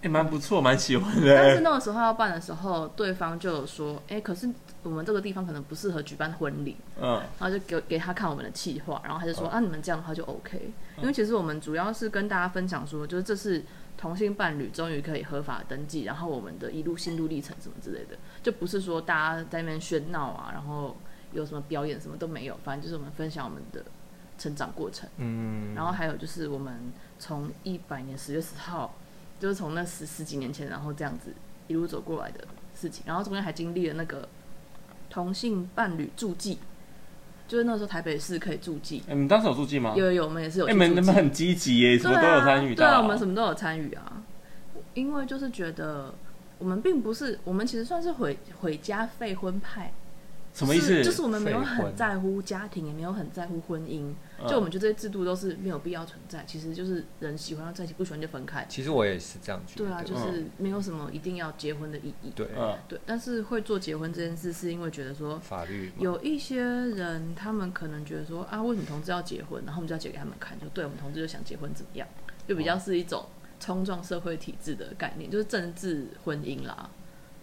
S1: 也蛮不错，蛮喜欢
S4: 但是
S1: 的。
S4: 那个时候要办的时候，对方就有说：“哎、可是我们这个地方可能不适合举办婚礼。
S1: 嗯，”
S4: 然后就给给他看我们的计划，然后他就说：“啊，你们这样的话就 OK。”因为其实我们主要是跟大家分享说，就是这是同性伴侣终于可以合法登记，然后我们的一路心路历程什么之类的，就不是说大家在那边喧闹啊，然后有什么表演什么都没有，反正就是我们分享我们的成长过程。
S3: 嗯，
S4: 然后还有就是我们从一百年十月十号，就是从那十十几年前，然后这样子一路走过来的事情，然后中间还经历了那个同性伴侣助记，就是那时候台北市可以助记，
S1: 哎你们当时有住进吗？
S4: 有有有，我们也是有
S1: 哎，
S4: 去
S1: 你
S4: 助记，
S1: 们你们很积极耶，什么都有参与到。
S4: 对啊，对啊，我们什么都有参与啊，因为就是觉得我们并不是，我们其实算是毁毁家废婚派，
S1: 什么意思？
S4: 就是就是我们没有
S3: 废
S4: 很
S3: 婚
S4: 在乎家庭，也没有很在乎婚姻，
S1: 嗯
S4: 就我们觉得这些制度都是没有必要存在。其实就是人喜欢要在一起，不喜欢就分开。
S3: 其实我也是这样觉得。嗯
S4: 对啊，就是没有什么一定要结婚的意义。
S3: 对
S1: 嗯
S4: 对，但是会做结婚这件事，是因为觉得说
S3: 法律嘛
S4: 有一些人他们可能觉得说啊，为什么同志要结婚？然后我们就要结给他们看，就对我们同志就想结婚怎么样，就比较是一种冲撞社会体制的概念，就是政治婚姻啦。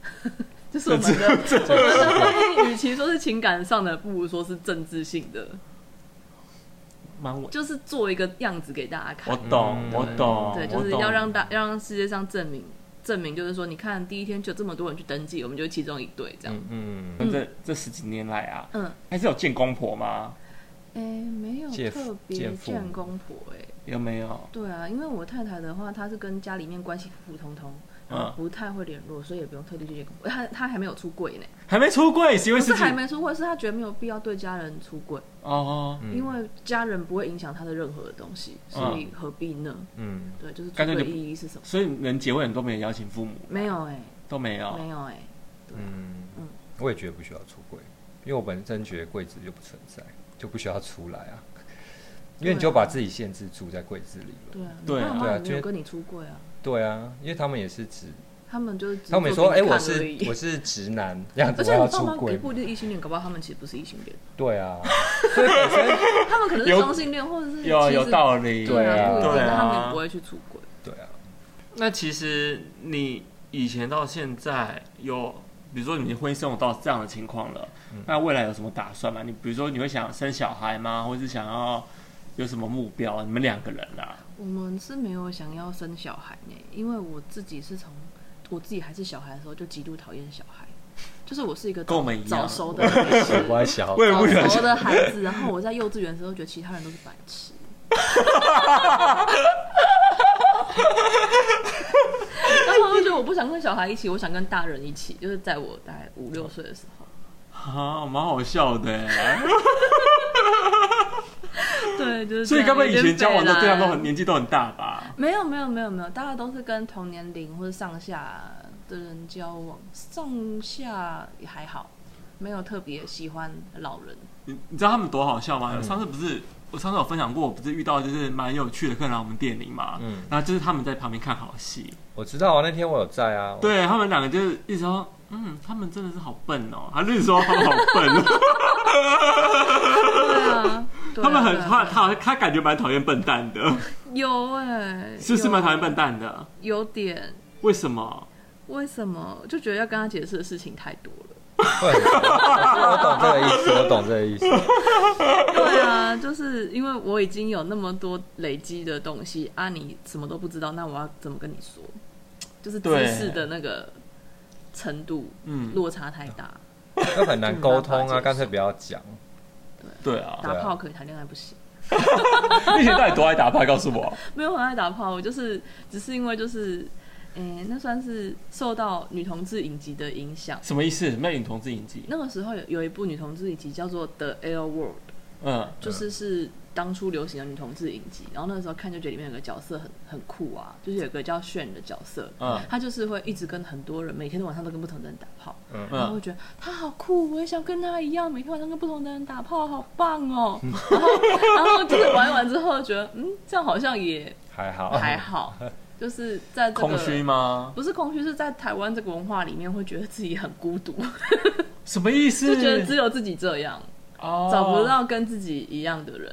S4: 就是我们的我们的婚姻，与其说是情感上的，不如说是政治性的，
S1: 蛮稳。
S4: 就是做一个样子给大家看
S1: 我。懂，
S3: 嗯
S1: 我懂，
S4: 对，
S1: 我
S4: 就是
S1: 懂
S4: 要让大要让世界上证明证明，就是说，你看第一天就这么多人去登记，我们就是其中一对这样。
S3: 嗯，
S1: 这这十几年来啊，
S4: 嗯，
S1: 还是有见公婆吗？
S4: 哎、没有
S3: 见
S4: 特
S3: 父
S4: 别
S3: 见父
S4: 见
S3: 母
S4: 公婆哎、
S1: 有没有？
S4: 对啊，因为我太太的话，她是跟家里面关系普普通通，然后
S1: 嗯
S4: 不太会联络，所以也不用特地去见公婆。她她还没有出柜呢，
S1: 还没出柜，是因
S4: 不
S1: 为自
S4: 是
S1: 己
S4: 还没出柜，是她觉得没有必要对家人出柜，
S1: 哦，
S3: 嗯
S4: 因为家人不会影响她的任何的东西，所以何必呢？
S3: 嗯，
S4: 对，就是出
S1: 干脆
S4: 柜
S1: 就不
S4: 意义是什么？
S1: 所以能结婚你都没有邀请父母，
S4: 没有哎、
S1: 都没
S3: 哦
S1: 有。
S4: 没有哎、
S3: 嗯
S4: 嗯，
S3: 我也觉得不需要出柜，因为我本身觉得柜子就不存在，就不需要出来啊，因为你就把自己限制住在柜子里了。
S4: 啊对啊，
S1: 对啊
S4: 你爸妈
S3: 对啊
S4: 也没有
S3: 就
S4: 跟你出柜啊。
S3: 对啊，因为他们也是直，
S4: 他们就是只是
S3: 他们也
S4: 做
S3: 说，哎、
S4: 给你
S3: 我
S4: 看而
S3: 是
S4: 已
S3: 我是直 男，这样子我
S4: 而且
S3: 要
S4: 你爸
S3: 出
S4: 妈
S3: 柜
S4: 也
S3: 吗，
S4: 不一定是异性恋，搞不好他们其实不是异性恋，
S3: 对啊，所以本身
S4: 他们可能是
S1: 有
S4: 双性恋或者是
S1: 有
S4: 其实
S1: 有道理，
S4: 对
S3: 对
S4: 啊，
S3: 啊
S4: 不一定，
S1: 对啊
S4: 但他们也不会去出轨。
S3: 对
S1: 那其实你以前到现在有，比如说你的婚姻生活到这样的情况了，那未来有什么打算吗？你比如说你会想生小孩吗？或是想要有什么目标？你们两个人啊啦、
S4: 我们是没有想要生小孩呢，因为我自己是从我自己还是小孩的时候就极度讨厌小孩，就是我是一个
S1: 跟我
S4: 早
S1: 们一样
S4: 早熟 的孩子，
S3: 我还小
S1: 我也不
S4: 早
S1: 想
S4: 熟的孩子。然后我在幼稚园的时候觉得其他人都是白 痴。然后我就觉得我不想跟小孩一起，我想跟大人一起，就是在我大概五六岁的时候。
S1: 啊，蛮好笑的欸。
S4: 对，就是
S1: 所以根本以前交往的对象都很
S4: 年。
S1: 年纪都很大吧？
S4: 没有没有没有没有，大家都是跟同年龄或者上下的人交往，上下也还好，没有特别喜欢老 人。
S1: 你 你知道他们多好笑吗？上次不是我上次有分享过，我不是遇到就是蛮有趣的客人来我们店里嘛，
S3: 嗯
S1: 然后就是他们在旁边看好戏，
S3: 我知道啊，那天我有在啊。
S1: 对他们两个就是一直说，嗯，他们真的是好笨哦，他就是说他们好笨哦。
S4: 对啊，对啊
S1: 他们很
S4: 对啊
S1: 他他他感觉蛮讨厌笨蛋的，
S4: 有啊哎、
S1: 是不是
S4: 有
S1: 蛮讨厌笨蛋的？
S4: 有点，
S1: 为什么？
S4: 为什么就觉得要跟他解释的事情太多 了？
S3: 会，我懂这个意思，我懂这个意思。
S4: 对啊，就是因为我已经有那么多累积的东西啊，你什么都不知道，那我要怎么跟你说？就是知
S1: 对
S4: 识的那个程度
S1: 嗯，
S4: 落差太大。
S3: 就很难沟通
S4: 就
S3: 啊，
S4: 没办法接受
S3: 干脆不要讲。
S1: 对啊，
S4: 打
S3: 对啊
S4: 炮可以谈恋爱不行，
S1: 你以前到底多爱打牌？告诉我。
S4: 没有很爱打炮，我就是只是因为就是，诶、那算是受到女同志影集的影响。
S1: 什么意思？魅影同志影集？
S4: 那个时候有有一部女同志影集叫做《The Air World》，
S1: 嗯，
S4: 就是是当初流行的女同志影集。然后那时候看就觉得里面有个角色很很酷啊，就是有个叫炫的角色，
S1: 嗯
S4: 她就是会一直跟很多人每天晚上都跟不同的人打炮，
S3: 嗯
S4: 然后我觉得他好酷，我也想跟他一样，每天晚上跟不同的人打炮，好棒哦。然后，然后就是玩一玩之后，觉得嗯，这样好像也
S3: 还好，
S4: 还 好，就是在这
S1: 空虚
S4: 个
S1: 吗？
S4: 不是空虚，是在台湾这个文化里面会觉得自己很孤独，
S1: 什么意思？
S4: 就觉得只有自己这样，
S1: 哦
S4: 找不。到跟自己一样的人。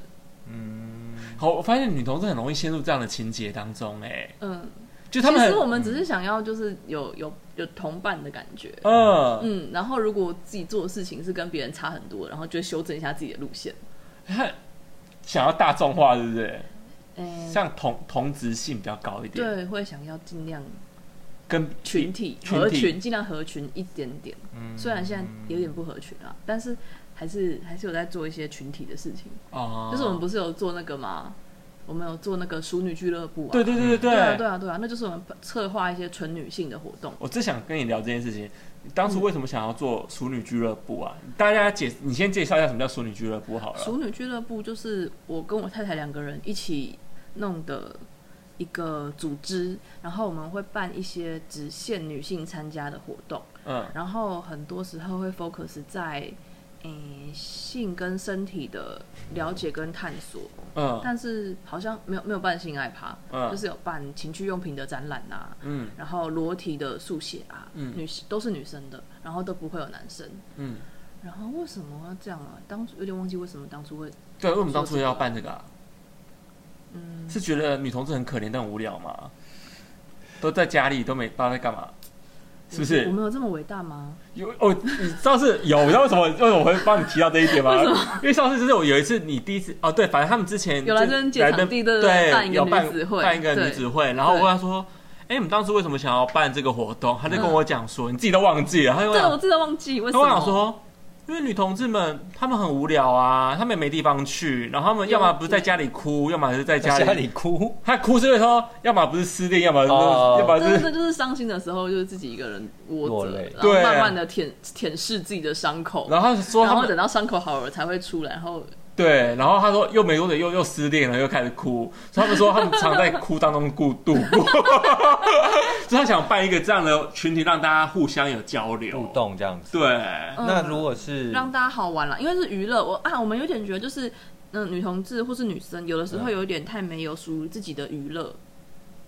S1: 好，我发现女同志很容易陷入这样的情节当中，哎，
S4: 嗯，
S1: 就他
S4: 其
S1: 们
S4: 实
S1: 很
S4: 我们只是想要就是有有有同伴的感觉。
S1: 嗯，
S4: 嗯，然后如果自己做的事情是跟别人差很多，然后就修正一下自己的路线。
S1: 他想要大众化，对不对？
S4: 嗯，
S1: 哦像同同质性比较高一点，，
S4: 对，会想要尽量
S1: 跟
S4: 群体
S1: 群
S4: 合
S1: 体嗯
S4: 群，尽量合群一点点。虽然现在有点不合群啊，但是还是还是有在做一些群体的事情。
S1: 哦，
S4: 就是我们不是有做那个吗？我们有做那个熟女俱乐部啊。
S1: 对对对对
S4: 对啊对啊对啊，那就是我们策划一些纯女性的活动。
S1: 我只想跟你聊这件事情。你当初为什么想要做熟女俱乐部啊？大家解，你先介绍一下什么叫熟女俱乐部好了。
S4: 熟女俱乐部就是我跟我太太两个人一起弄的一个组织，然后我们会办一些只限女性参加的活动。
S1: 嗯
S4: 然后很多时候会 focus 在，嗯，性跟身体的了解跟探索，
S1: 嗯
S4: 但是好像没有没有办性爱趴，
S1: 嗯
S4: 就是有办情趣用品的展览啊，
S1: 嗯
S4: 然后裸体的速写啊，
S1: 嗯
S4: 女都是女生的，然后都不会有男生。
S1: 嗯，
S4: 然后为什么要这样啊？当初有点忘记为什么当初会，
S1: 对，为什么当初要办这个、啊？嗯，是觉得女同志很可怜但很无聊吗？都在家里都没不知道在干嘛，是不
S4: 我
S1: 是？
S4: 们有这么伟大吗？
S1: 有哦，你上次有，你知道为什么为什么我会帮你提到这一点吗？因为上次就是我有一次你第一次哦，对，反正他们之前
S4: 有来
S1: 就
S4: 这边借
S1: 来
S4: 场
S1: 这
S4: 地对
S1: 对
S4: 不对办一个
S1: 有
S4: 女
S1: 办
S4: 子会
S1: 办一个女
S4: 对
S1: 子会，然后我
S4: 对
S1: 问他说。哎、你们当初为什么想要办这个活动？他就跟我讲说，你自己都忘记了。他就跟
S4: 嗯对，啊
S1: 我
S4: 我真的忘记为什
S1: 啊他跟我
S4: 么。
S1: 讲说，因为女同志们她们很无聊啊，她们也没地方去，然后她们要么不是在家里哭，要么是在家
S3: 家
S1: 里
S3: 里。哭，
S1: 她哭是会说，要么不是失恋，要么是、
S3: 哦
S1: 要么
S4: 真的
S1: 是
S4: 这就是伤心的时候，就是自己一个人窝
S3: 落
S4: 着
S3: 泪，
S4: 然后
S1: 对啊
S4: 慢慢的舔舔舐自己的伤口，
S1: 然后他说
S4: 然
S1: 他
S4: 后等
S1: 们
S4: 到伤口好了才会出来，然后
S1: 对，然后他说又没多久又又失恋了，又开始哭。所以他们说他们常在哭当中度度过，所以他想办一个这样的群体，让大家互相有交流
S3: 互。动这样子。
S1: 对，
S4: 嗯
S3: 那如果是
S4: 让大家好玩啦，因为是娱乐。我啊，我们有点觉得就是，嗯、女同志或是女生，有的时候
S3: 嗯
S4: 有点太没有属于自己的娱乐。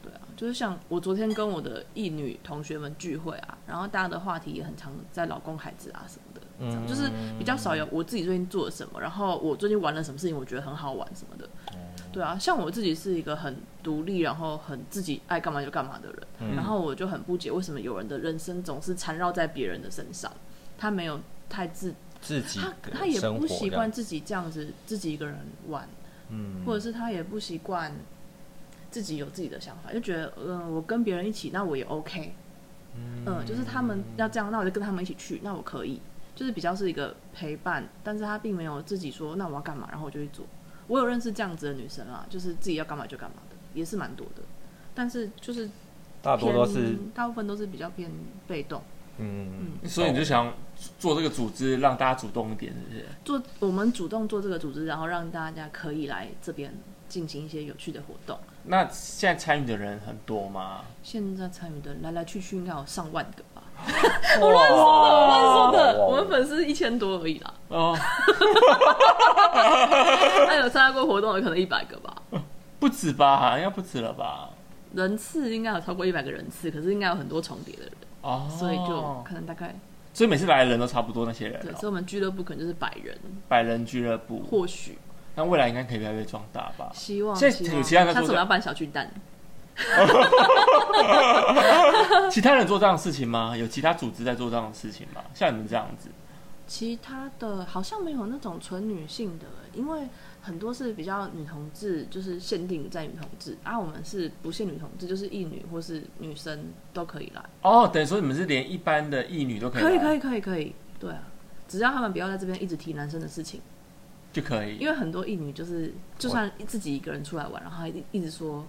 S4: 对啊，就是像我昨天跟我的异女同学们聚会啊，然后大家的话题也很常在老公、孩子啊什么的，这样就是比较少有我自己最近做了什么，然后我最近玩了什么事情，我觉得很好玩什么的。对啊，像我自己是一个很独立，然后很自己爱干嘛就干嘛的人，然后我就很不解为什么有人的人生总是缠绕在别人的身上，他没有太自，
S3: 自己
S4: 他
S3: 的
S4: 他也
S3: 生
S4: 不
S3: 活
S4: 习
S3: 这
S4: 惯
S3: 样，
S4: 自己这样子自己一个人玩，
S3: 嗯，
S4: 或者是他也不习惯自己有自己的想法，就觉得嗯、呃我跟别人一起，那我也 OK，嗯、就是他们要这样，那我就跟他们一起去，那我可以，就是比较是一个陪伴，但是他并没有自己说那我要干嘛，然后我就去做。我有认识这样子的女生啊，就是自己要干嘛就干嘛的，也是蛮多的，但是就是
S3: 大多
S4: 偏
S3: 都是
S4: 大部分都是比较偏被动。
S3: 嗯，
S1: 所以你就想做这个组织，让大家主动一点，是不是？
S4: 做我们主动做这个组织，然后让大家可以来这边进行一些有趣的活动。
S1: 那现在参与的人很多吗？
S4: 现在参与的人来来去去应该有上万个吧？
S3: 我乱
S4: 我
S3: 说
S4: 乱说的，哦我们粉丝一千多而已啦。
S1: 哦，
S4: 那有参加过活动的可能一百个吧，
S1: 不止吧，应该不止了吧？
S4: 人次应该有超过一百个人次，可是应该有很多重叠的人，
S1: 哦，
S4: 所以就可能大概
S1: 所以每次来的人都差不多那些人
S4: 对，所以嗯
S1: 哦，
S4: 我们俱乐部可能就是百人，
S1: 百人俱乐部。
S4: 或许
S1: 那未来应该可以越来越壮大吧？
S4: 希望。
S1: 现在
S4: 希
S1: 有
S4: 望
S1: 其他人在
S4: 下
S1: 做
S4: 次
S1: 这
S4: 我们要办小巨蛋，
S1: 其他人做这样的事情吗？有其他组织在做这样的事情吗？像你们这样子，
S4: 其他的好像没有那种纯女性的，因为很多是比较女同志，就是限定在女同志啊，我们是不限女同志，就是异女或是女生都可以来。
S1: 哦，等于说你们是连一般的异女都可以，
S4: 可以可
S1: 以，
S4: 以可以可以，对啊，只要他们不要在这边一直提男生的事情，
S1: 就可以
S4: 因。为很多异女就是就算自己一个人出来玩，然后还一一直说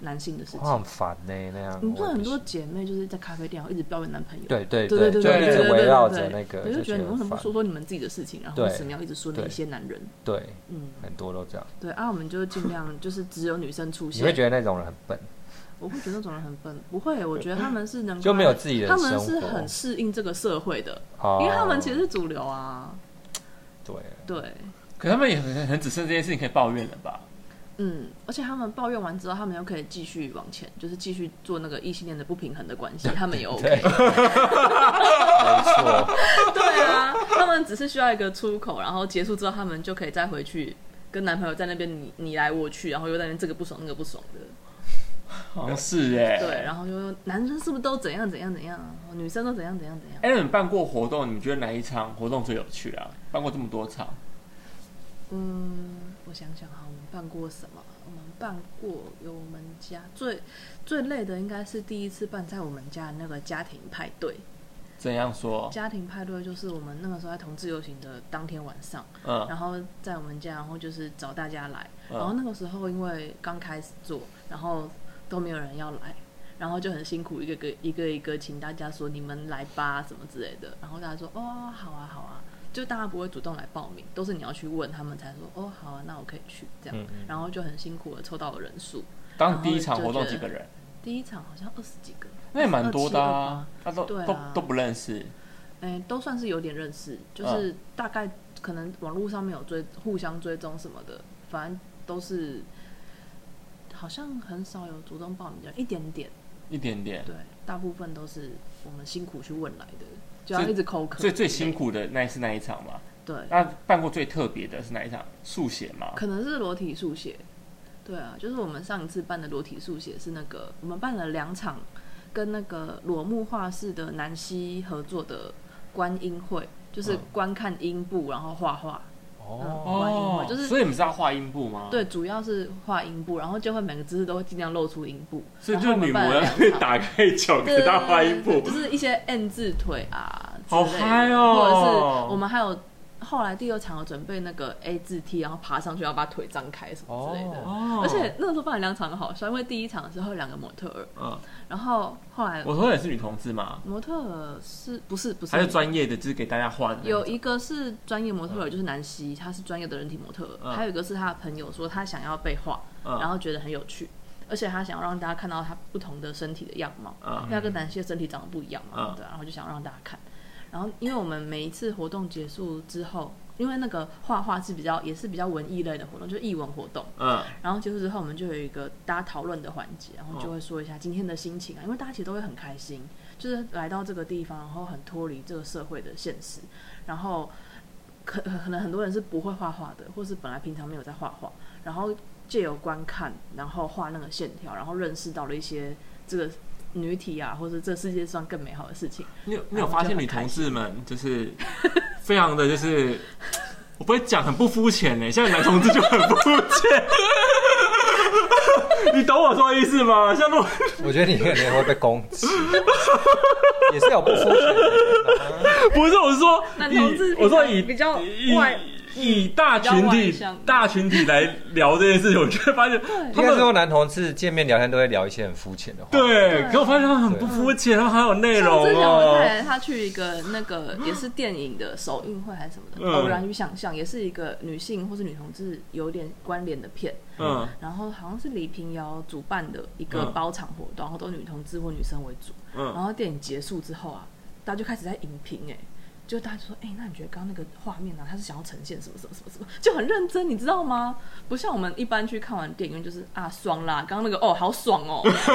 S4: 男性的事
S3: 我很
S4: 情。
S3: 烦呢、那样。
S4: 你
S3: 我
S4: 看
S3: 也
S4: 很
S3: 不
S4: 多
S3: 行
S4: 姐妹就是在咖啡店然后一直抱怨男朋友，
S3: 对对
S4: 对
S3: 就
S4: 对对
S3: 一
S4: 对对
S3: 直围
S4: 对
S3: 绕
S4: 对
S3: 着
S4: 对
S3: 那个，
S4: 我就觉得你为
S3: 很
S4: 什么
S3: 烦
S4: 不说说你们自己的事情，然后
S3: 对
S4: 为什么要一直说那
S3: 对
S4: 些男人？
S3: 对，
S4: 嗯，
S3: 很多都这样。
S4: 对啊，我们就尽 量就是只有女生出现。
S3: 你会觉得那种人很笨，
S4: 我会觉得那种人很笨，不会，我觉得他们是能够
S3: 就没有自己的
S4: 他们
S3: 生
S4: 是
S3: 活
S4: 很适应这个社会的，
S3: 哦
S4: 因为他们其实是主流啊。
S3: 对，
S4: 对，
S1: 可他们也很很只剩这件事情可以抱怨了吧？
S4: 嗯，而且他们抱怨完之后，他们又可以继续往前，就是继续做那个异性恋的不平衡的关系，他 们也 OK。
S3: 没错，
S4: 对啊，他们只是需要一个出口，然后结束之后，他们就可以再回去跟男朋友在那边你你来我去，然后又在那边这个不爽那个不爽的。
S1: 好像是哎、
S4: 对，然后就说男生是不是都怎样怎样怎样啊，女生都怎样怎样怎样。
S1: 哎、你们办过活动，你们觉得哪一场活动最有趣啊？办过这么多场，
S4: 嗯，我想想哈，我们办过什么？我们办过有我们家最最累的应该是第一次办在我们家的那个家庭派对。
S1: 怎样说？
S4: 家庭派对就是我们那个时候在同志游行的当天晚上，
S1: 嗯，
S4: 然后在我们家，然后就是找大家来。
S1: 嗯
S4: 然后那个时候因为刚开始做，然后都没有人要来，然后就很辛苦，一个个一个一个请大家说你们来吧什么之类的。然后大家说哦好啊好啊，就大家不会主动来报名，都是你要去问他们才说哦好啊，那我可以去这样。
S3: 嗯嗯
S4: 然后就很辛苦的凑到了人数，
S1: 当第一场活动几个人？
S4: 第一场好像二十几个，
S1: 那也蛮多的
S4: 27
S1: 啊，他都
S4: 对啊
S1: 都都不认识，
S4: 哎，都算是有点认识，
S1: 嗯
S4: 就是大概可能网络上面有追互相追踪什么的，反正都是好像很少有主动报名的人，一点点，
S1: 一点点。
S4: 对，大部分都是我们辛苦去问来的，就要
S1: 所以
S4: 一直口渴，
S1: 最最辛苦的那是那一场嘛？
S4: 对，
S1: 那办过最特别的是哪一场？速写嘛？
S4: 可能是裸体速写，对啊，就是我们上一次办的裸体速写是那个我们办了两场跟那个裸木画室的南希合作的观音会，就是
S1: 嗯
S4: 观看音部然后画画。
S3: 哦，
S4: 嗯观音会就是
S1: 所以你们是要画音部吗？
S4: 对，，主要是画阴部，然后就会每个姿势都会尽量露出阴部。
S1: 所以
S4: 然
S1: 就
S4: 后我们
S1: 女模
S4: 办了
S1: 要
S4: 两
S1: 被
S4: 场
S1: 打开脚
S4: 对
S1: 给
S4: 对
S1: 她
S4: 对
S1: 画音
S4: 对
S1: 部，
S4: 就是一些 N 字腿啊，之
S1: 好
S4: 类的
S1: 嗨哦
S4: 或者是我们还有后来第二场有准备那个 A 字梯，然后爬上去要把腿张开什么之类的。
S1: 哦
S4: 而且那个时候办了两场很好笑，因为第一场的时候有两个模特儿，
S1: 嗯，
S4: 然后后来
S1: 我说也是女同志嘛，
S4: 模特儿是不是不是
S1: 还是专业的，就是给大家画的那种。
S4: 有一个是专业模特儿，就是南希，她是专业的人体模特儿；
S1: 嗯
S4: 还有一个是她的朋友说她想要被画，
S1: 嗯
S4: 然后觉得很有趣，而且她想要让大家看到她不同的身体的样貌，
S1: 嗯
S4: 因为她跟南希的身体长得不一样嘛，
S1: 嗯
S4: 对啊，然后就想让大家看。然后因为我们每一次活动结束之后，因为那个画画是比较也是比较文艺类的活动，就是艺文活动，
S1: 嗯，
S4: 然后结束之后，我们就有一个大家讨论的环节，然后就会说一下今天的心情啊，因为大家其实都会很开心，就是来到这个地方，然后很脱离这个社会的现实，然后可可能很多人是不会画画的，或是本来平常没有在画画，然后借由观看，然后画那个线条，然后认识到了一些这个女体啊，或是这世界上更美好的事情。
S1: 你有你有发现女同志们就是非常的就是，我不会讲很不肤浅呢，像男同志就很肤浅。 你懂我说的意思吗？像如果
S3: 我觉得你可能会被攻 击，也是有不肤浅的人啊。
S1: 不是我是说
S4: 男同志
S1: 以
S4: 比较
S1: 我说以
S4: 比较
S1: 以
S4: 外
S1: 以大群
S4: 比较外
S1: 体
S4: 向
S1: 大群体来聊这件事情，我就会发现他
S3: 应该
S1: 们
S3: 是说男同志见面聊天都会聊一些很肤浅的话。，
S1: 对，可我发现他们很不肤浅，然后还有内容
S4: 之前我
S1: 哦。
S4: 带他去一个那个也是电影的首映会还是什么的，
S1: 嗯
S4: 偶然与想象》，也是一个女性或是女同志有点关联的片。
S1: 嗯，
S4: 然后好像是李平遥主办的一个
S1: 嗯
S4: 包场活动，然后都女同志或女生为主。
S1: 嗯
S4: 然后电影结束之后啊，大家就开始在影评哎、就大家就说，哎、那你觉得刚刚那个画面啊，他是想要呈现什么什么什么什么，就很认真，你知道吗？不像我们一般去看完电影院就是啊爽啦，刚刚那个哦好爽哦，你不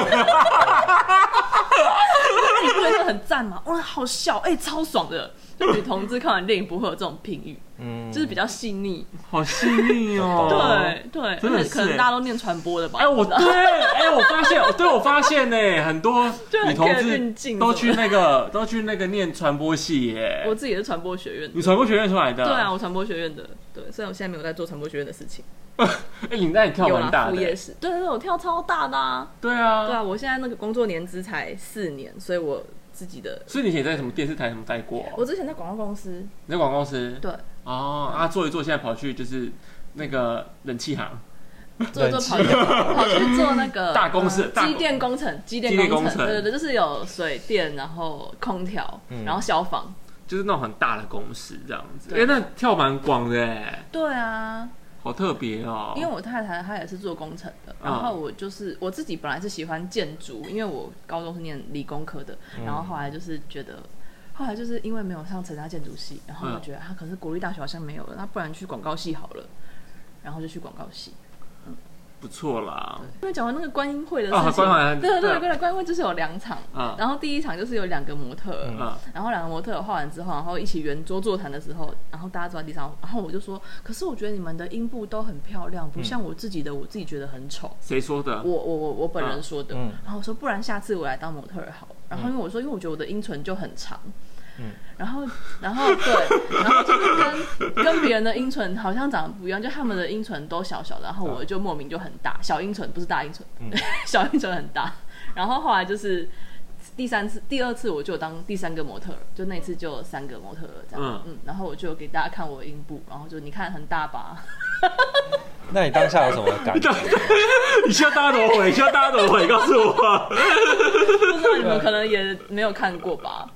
S4: 能说很赞嘛，哇好笑哎、超爽的，就女同志看完电影不会有这种评语，
S3: 嗯
S4: 就是比较细腻，
S1: 好细腻哦。
S4: 对对，
S1: 真的
S4: 而且
S1: 是
S4: 可
S1: 欸
S4: 能大家都念传播的吧，
S1: 哎，我
S4: 不知道
S1: 对，哎，我发现， 对我发现呢，很多
S4: 就很
S1: 女同
S4: care 运
S1: 志
S4: 镜
S1: 都
S4: 什
S1: 去
S4: 么
S1: 那个，都去那个念传播系耶
S4: 我。自己也是传播学院的
S1: 你，传播学院出来的？
S4: 对啊，我传播学院的，对，虽然我现在没有在做传播学院的事情，
S1: 哎，你那你跳
S4: 有
S1: 蛮
S4: 啦，
S1: 大
S4: 副业
S1: 的。欸
S4: 是，对对对，我跳超大的啊，
S1: 对
S4: 对
S1: 啊，
S4: 啊，我现在那个工作年资才四年，所以我自己的，
S1: 所以你以前在什么电视台什么待过？
S4: 我之前在广告公司，
S1: 你在广告公司？
S4: 对，
S1: 哦，啊，做一做，现在跑去就是那个冷气行。
S4: 做一做跑去 跑去做那个
S1: 大公司
S4: 呃
S1: 大公
S4: 机电工程，机
S1: 机电
S4: 电
S1: 工
S4: 工
S1: 程嗯
S4: 程，对对对，就是有水电，然后空调，然后消防，
S1: 就是那种很大的公司这样子，哎、
S4: 对
S1: 那跳蛮广的哎，
S4: 对啊，
S1: 好特别哦、
S4: 因为我太太她也是做工程的，
S1: 嗯
S4: 然后我就是我自己本来是喜欢建筑，因为我高中是念理工科的，
S1: 嗯
S4: 然后后来就是觉得，后来就是因为没有上成大建筑系，然后我
S1: 嗯
S4: 觉得啊，可是国立大学好像没有了，那不然去广告系好了，然后就去广告系。
S1: 不错啦，
S4: 因为讲完那个观音会的事
S1: 嗯啊
S4: 情，
S1: 观完
S4: 对对
S1: 对
S4: 对，观观音会就是有两场，
S1: 嗯
S4: 然后第一场就是有两个模特儿，
S1: 嗯
S4: 然后两个模特儿画完之后，然后一起圆桌座谈的时候，然后大家坐在地上，然后我就说，可是我觉得你们的阴部都很漂亮，不像我自己的，我自己觉得很丑。
S1: 谁说的？
S4: 我我我我本人说的，
S3: 嗯
S4: 然后我说不然下次我来当模特儿好了，然后因为我说因为我觉得我的阴唇就很长，
S3: 嗯
S4: 然后然后对，然后就是跟跟别人的阴唇好像长得不一样，就他们的阴唇都小小的，然
S3: 嗯
S4: 后我就莫名就很大，小阴唇不是大阴唇， 小阴唇很大，然后后来就是。第三次、第二次我就当第三个模特儿，就那次就有三个模特儿这样，
S1: 嗯
S4: 嗯然后我就给大家看我的阴部，然后就你看很大 吧，
S3: 那你当下有什么感觉？
S1: 你需要大家怎么回？你需要大家怎么回？告诉我，
S4: 不知道你们可能也没有看过吧，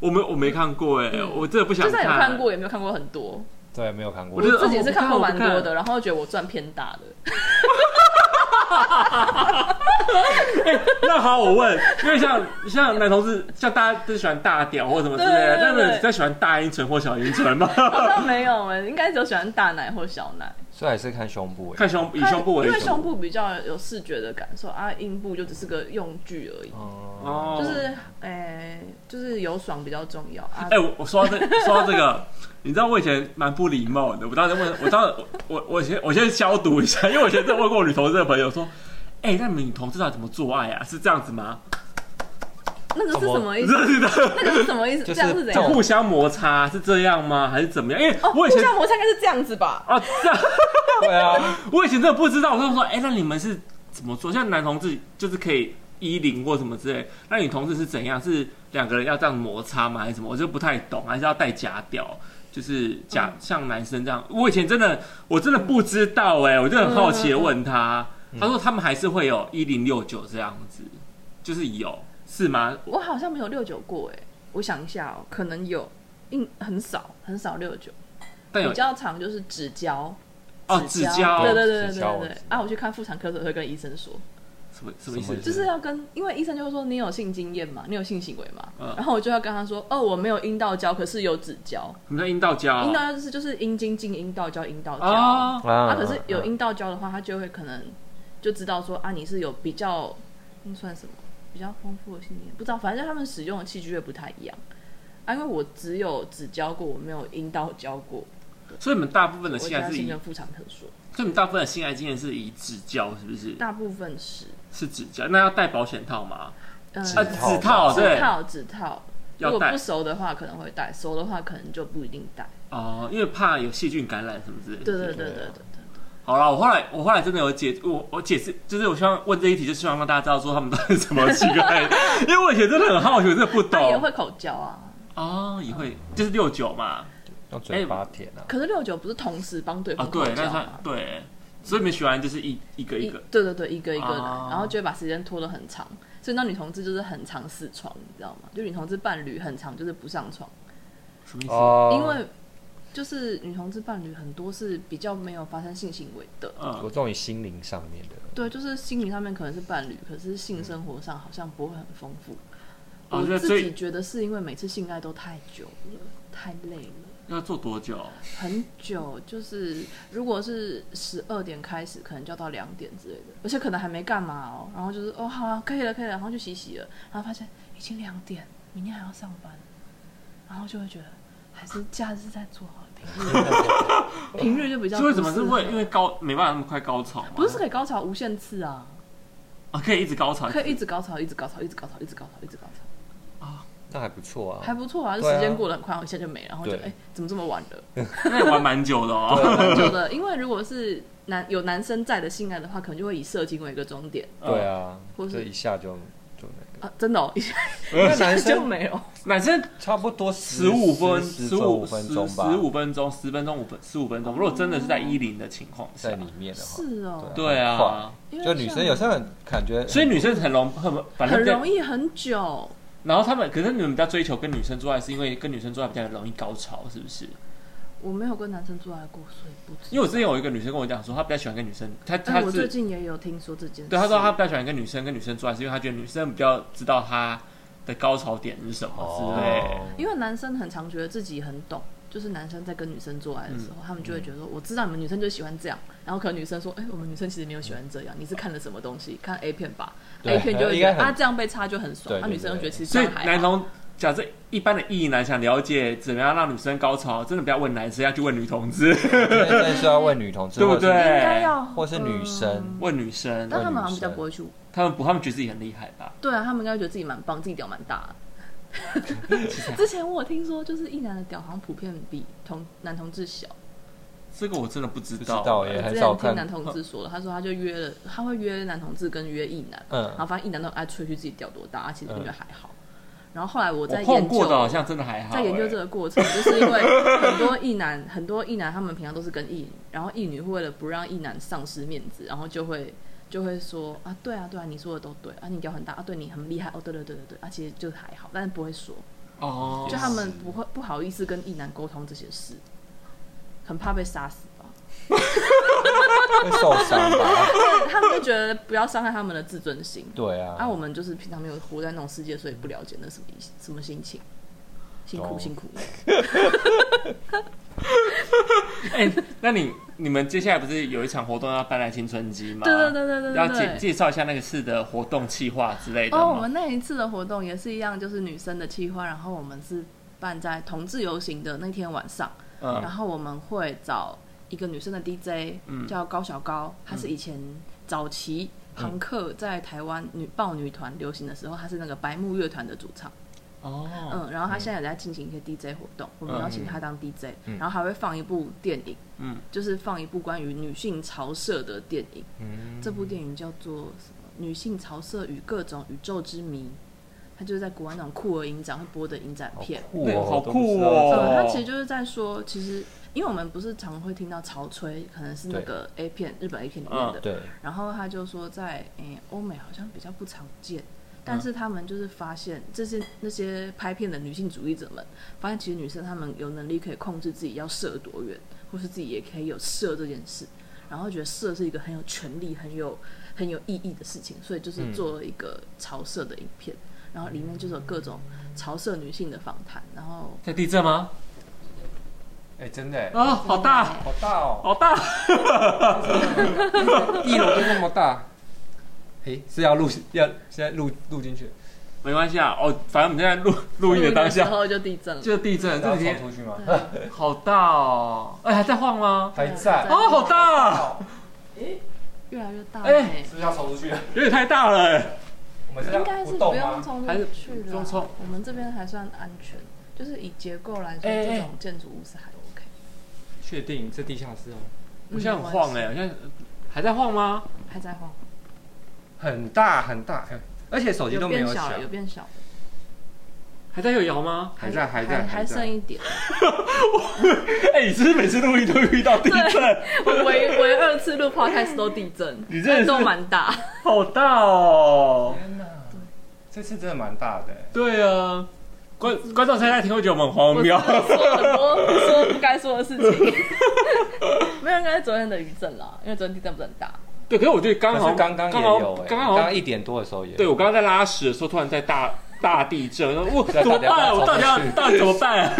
S1: 我没我没看过哎、我真的不想
S4: 嗯就
S1: 看。
S4: 算有看过，也没有看过很多。
S3: 对，没有看过
S1: 我觉。得
S4: 自己是看过蛮多
S1: 哦我不看
S4: 的，然后觉得我赚偏大的。
S1: 那好，我问，因为像像男同志，像大家都喜欢大屌或什么之类的，
S4: 对对对
S1: 那你在喜欢大阴唇或小阴唇 吗？
S4: 好像没有诶，应该只有喜欢大奶或小奶，
S3: 所以还是看胸部哎、
S1: 看胸以胸部为
S4: 因为
S1: 主
S4: 胸部比较有视觉的感受啊，阴部就只是个用具而已。
S3: 哦，
S1: 哦，
S4: 就是诶、就是有爽比较重要啊。
S1: 哎、我我说到这说到这个，你知道我以前蛮不礼貌的。我当时问，我当时我我先我先消毒一下，因为我以前真的问过我女同事的朋友说，哎、那你们女同志到底怎么做爱啊？是这样子吗？
S4: 那个是什么意
S1: 你
S4: 思
S1: 知？道是这样
S4: 那个是 什么意思？
S3: 就是
S4: 这样是怎
S3: 这
S4: 样
S3: 种？
S1: 互相摩擦是这样吗？还是怎么样？因为
S4: 哦，
S1: 我
S4: 互
S1: 以前
S4: 相摩擦应该是这样子吧？
S1: 啊，这样
S3: 对啊，
S1: 我以前真的不知道。我跟他说，哎、那你们是怎么做？像男同志就是可以衣领或什么之类，那女同志是怎样？是两个人要这样摩擦吗？还是什么？我就不太懂，啊还是要戴假屌？就是假、像男生这样，
S4: 嗯
S1: 我以前真的我真的不知道哎、我就很好奇的问他，他说他们还是会有一零六九这样子，就是有是吗？
S4: 我好像没有六九过诶、我想一下哦，可能有，应很少很少六九，
S1: 但有
S4: 比较长就是指交。
S1: 哦指交
S4: 对对对对
S3: 指
S4: 对
S3: 交
S4: 对
S3: 我
S4: 对
S3: 知道
S4: 啊！我去看妇产科的时候会跟医生说，
S1: 什么什么意
S3: 什
S1: 思
S3: 么意？思
S4: 就是要跟，因为医生就会说你有性经验嘛，你有性行为嘛，
S1: 嗯
S4: 然后我就要跟他说，哦，我没有阴道交，可是有指交，
S1: 什么叫阴道交？
S4: 阴道交就是就是阴茎进阴道交，阴道交，
S1: 嗯哦，
S3: 啊
S4: 啊，可是有阴道交的话，他就会可能就知道说啊，你是有比较，那算什么比较丰富的性经验，不知道，反正他们使用的器具会不太一样。啊，因为我只有只交过，我没有阴道交过，
S1: 所以你们大部分的
S4: 我
S1: 性爱
S4: 家
S1: 是以，嗯
S4: 新
S1: 所
S4: 人妇产科说，
S1: 以你们大部分的性爱经验是以指教，是不是？
S4: 大部分是
S1: 是指教，那要戴保险套吗？
S4: 呃
S3: 指
S1: 啊，
S3: 套
S1: 指套，
S4: 指
S1: 对，
S4: 套指套。
S1: 要
S4: 如果
S1: 戴
S4: 不熟的话可能会戴，熟的话可能就不一定戴。
S1: 哦，因为怕有细菌感染什么之类的。
S4: 对对对对
S1: 啊
S4: 对对。
S1: 好啦，我后来我后来真的有解，我我解释，就是我希望问这一题，就是希望让大家知道说他们到底是什么奇 怪，因为我以前真的很好奇，我真的不
S4: 他也
S1: 懂
S4: 会。口交啊，
S1: 哦，也会就是六九嘛，
S3: 用嘴巴舔啊，
S4: 哎可是六九不是同时帮对
S1: 啊
S4: 方口
S1: 对，那
S4: 交吗
S1: 算？对，所以你们喜欢就是一一个一
S4: 一
S1: 个，
S4: 对对对，一个一个来，
S1: 啊
S4: 然后就会把时间拖得很长，所以那女同志就是很常死床，你知道吗？就女同志伴侣很长就是不上床，
S1: 什么意思？
S3: 哦，
S4: 因为就是女同志伴侣很多是比较没有发生性行为的，
S1: 嗯
S3: 着重于心灵上面的，
S4: 对，就是心灵上面可能是伴侣，可是性生活上好像不会很丰富。
S1: 哦
S4: 我
S1: 那所
S4: 自
S1: 以
S4: 己觉得是因为每次性爱都太久了，太累了。
S1: 要做多久？
S4: 很久，就是如果是十二点开始，可能就要到两点之类的，而且可能还没干嘛哦，然后就是哦好、啊，可以了可以了，然后去洗洗了，然后发现已经两点，明天还要上班，然后就会觉得还是假日再做好，平日平日就比较
S1: 是为什么是为
S4: 不适合
S1: 因为高没办法那么快高潮吗？
S4: 不是可以高潮无限次啊，
S1: 啊，可以一直高潮，
S4: 可以一直高潮，一直高潮，一直高潮，一直高潮，一直高潮，
S3: 那还不错啊，
S4: 还不错啊，就
S3: 对啊
S4: 时间过得很快，然后一下就没了，然后就
S3: 对
S4: 哎怎么这么晚了？
S1: 那也玩蛮久的 哦。
S3: 啊
S4: 蛮久的， 因为如果是男有男生在的性爱的话，可能就会以射精为一个终点
S1: 嗯
S3: 对啊，
S4: 或是
S3: 这一下就就那个，
S4: 啊，真的哦，一下
S3: 因为男
S4: 就
S3: 生
S4: 没有，
S1: 男生
S3: 差不多
S1: 十五分，
S3: 十
S1: 十
S3: 五
S1: 五
S3: 分钟吧，
S1: 十五分钟，十分钟，五分十五分钟。如果真的是在一零的情况下
S3: 在，里面的话，
S4: 是哦，
S1: 对啊，
S4: 因为
S3: 就女生有时候很感觉，
S1: 所以女生很容很反正
S4: 像很
S1: 在
S4: 容易很久，
S1: 然后他们可是你们比较追求跟女生做爱，是因为跟女生做爱比较容易高潮，是不是？
S4: 我没有跟男生做爱过，所以不知
S1: 因为我之前有一个女生跟我讲说，她比较喜欢跟女生，她她
S4: 但我最
S1: 是
S4: 近也有听说这件事，
S1: 对她说她比较喜欢跟女生跟女生做爱，是因为她觉得女生比较知道她的高潮点是哎什么之类的。
S3: 哦，
S4: 因为男生很常觉得自己很懂。就是男生在跟女生做爱的时
S1: 嗯
S4: 候，他们就会觉得说：“我知道你们女生就喜欢这样。”然后可能女生说：“哎、我们女生其实没有喜欢这
S1: 嗯
S4: 样，你是看了什么东西？看 A 片吧
S3: 对
S4: ，A 片就会
S3: 应
S4: 觉
S3: 该
S4: 得
S3: 很
S4: 啊这样被插就很爽
S3: 对，
S4: 那、
S3: 对
S4: 女生就觉得其实
S1: 所以
S4: 这样还好
S1: 男同假设一般的异男想了解怎么样让女生高潮，真的不要问男生，要去问女同 志，
S3: 真的是要问女同志，
S1: 对不
S3: 或者
S1: 对？
S3: 是
S4: 应该要
S3: 或是女
S4: 嗯
S3: 生，
S1: 问女生，
S4: 哎但他们好像比较不会去，
S1: 他们不，他们觉得自己很厉害吧？
S4: 对啊，他们应该觉得自己蛮棒，自己屌蛮大的。 之前我有听说，就是一男的屌好像普遍比同男同志小。
S1: 这个我真的不知
S3: 不知
S1: 道。
S3: 道
S4: 我
S3: 耶，
S4: 之
S3: 很少
S4: 前听
S3: 看
S4: 男同志说了，他说他就约了，他会约男同志跟约一男，
S3: 嗯
S4: 然后发现一男都很爱吹嘘自己屌多大，啊其实根本就还好。然后后来嗯我在
S1: 我
S4: 研
S1: 碰
S4: 究
S1: 过的好像真的还好、
S4: 在研究
S1: 哎
S4: 这个过程，就是因为很多异男，很多异男他们平常都是跟异女，然后异女为了不让异男丧失面子，然后就会就会说啊，对啊，对啊，你说的都对啊，你屌很大啊，对你很厉害哦，对对对对对啊，其实就还好，但是不会说，
S1: 哦，
S4: 就他们不会不好意思跟异男沟通这些事，很怕被杀死吧，
S3: 会受伤
S4: 啊
S3: 吧？
S4: 他们就觉得不要伤害他们的自尊心。
S3: 对
S1: 哦
S3: 啊，
S4: 啊，我们就是平常没有活在那种世界，所以不了解那什么意思什么心情，辛苦
S1: 哦
S3: 懂
S4: 辛苦。
S1: 哎、那你你们接下来不是有一场活动要搬来青春期吗？
S4: 对对对对对对
S1: 要介介绍一下那个市的活动计划之类的吗
S4: 哦，我们那一次的活动也是一样，就是女生的企划，然后我们是办在同志游行的那天晚上，然
S1: 嗯，
S4: 后我们会找一个女生的 DJ，、
S1: 嗯
S4: 叫高小高，她是以前早期朋克在台湾女豹女团流行的时候，她是那个白木乐团的主唱，
S1: 哦，
S4: 嗯，然后她现在也在进行一些 DJ 活动，我们邀请她当 DJ，、然后还会放一部电影，
S1: 嗯，
S4: 就是放一部关于女性潮社的电影，
S3: 嗯
S4: 这部电影叫做什么？女性潮色与各种宇宙之谜。它就是在国外那种酷儿影展会播的影展片。
S3: 酷
S1: 对
S3: 哦，
S1: 好
S3: 都不
S1: 酷
S3: 知道
S1: 哦
S4: 呃，它其实就是在说，其实因为我们不是常会听到潮吹，可能是那个 A 片日本 A 片里面的。
S3: 对，
S4: 然后他就说在，诶欧美好像比较不常见，
S1: 嗯
S4: 但是他们就是发现这些那些拍片的女性主义者们，发现其实女生她们有能力可以控制自己要射多远，或是自己也可以有射这件事，然后觉得射是一个很有权利、很有很有意义的事情，所以
S1: 嗯
S4: 就是做了一个潮射的影片，然后里面就是有各种潮射女性的访谈，然后
S1: 在地震吗？
S3: 哎，真的耶，
S1: 啊、好大，
S3: 好大哦，
S1: 好大，哦
S3: 一楼就这么大，哎，是要录要现在录录进去，
S1: 没关系啊，哦，反正我们现在录录音的当
S4: 时
S1: 下
S4: 候就地震了，
S1: 就是地震，这
S3: 然
S1: 几
S3: 后跑
S1: 天
S3: 出去吗？
S1: 好大哦，哎、还在晃吗？
S3: 还在，
S1: 哦，好大，
S4: 越来越大。
S1: 哎
S4: 哎，
S3: 是不是要冲出去了？
S1: 有点太大了、
S3: 我们是
S4: 应
S3: 要
S4: 该是
S3: 不
S4: 不
S3: 动啊
S4: 用
S3: 吗？
S4: 冲
S1: 啊还是
S4: 出去
S1: 不
S4: 了
S1: 用冲
S4: 啊，我们这边还算安全，就是以结构来说，
S1: 哎哎
S4: 这种建筑物是还 OK。
S1: 确定这地下室哦，
S4: 嗯
S1: 我现在很晃哎、我现在还在晃吗？
S4: 还在晃，
S3: 很大很大，哎而且手机都没
S4: 变
S3: 响
S4: 小，，有变小，
S1: 还在有摇吗？
S3: 还在还在
S4: 还剩
S3: 在。
S4: 一点，
S1: 哎、你是不是每次录音都遇到地震？
S4: 我唯唯二次录 podcast 都地 震，
S1: 你真的
S4: 但
S1: 是
S4: 都蛮大。
S1: 好大哦！
S3: 天哪，这次真的蛮大的，哎
S1: 对啊，观观众猜猜听会觉得我们很荒
S4: 我真
S1: 谬。
S4: 的说很多说不该说的事情， 没有，应该是昨天的余震啦，因为昨天地震不是很大。
S1: 对，可是我觉得刚
S3: 可
S1: 好
S3: 是刚刚也
S1: 刚好
S3: 有，哎
S1: 刚
S3: 刚
S1: 好
S3: 刚一点多的时候也有
S1: 对我刚刚在拉屎的时候，突然在大大地震，我说我
S3: 在
S1: 怎么
S3: 大家
S1: 办？啊我到底要
S3: 大家
S1: 到底怎么办？啊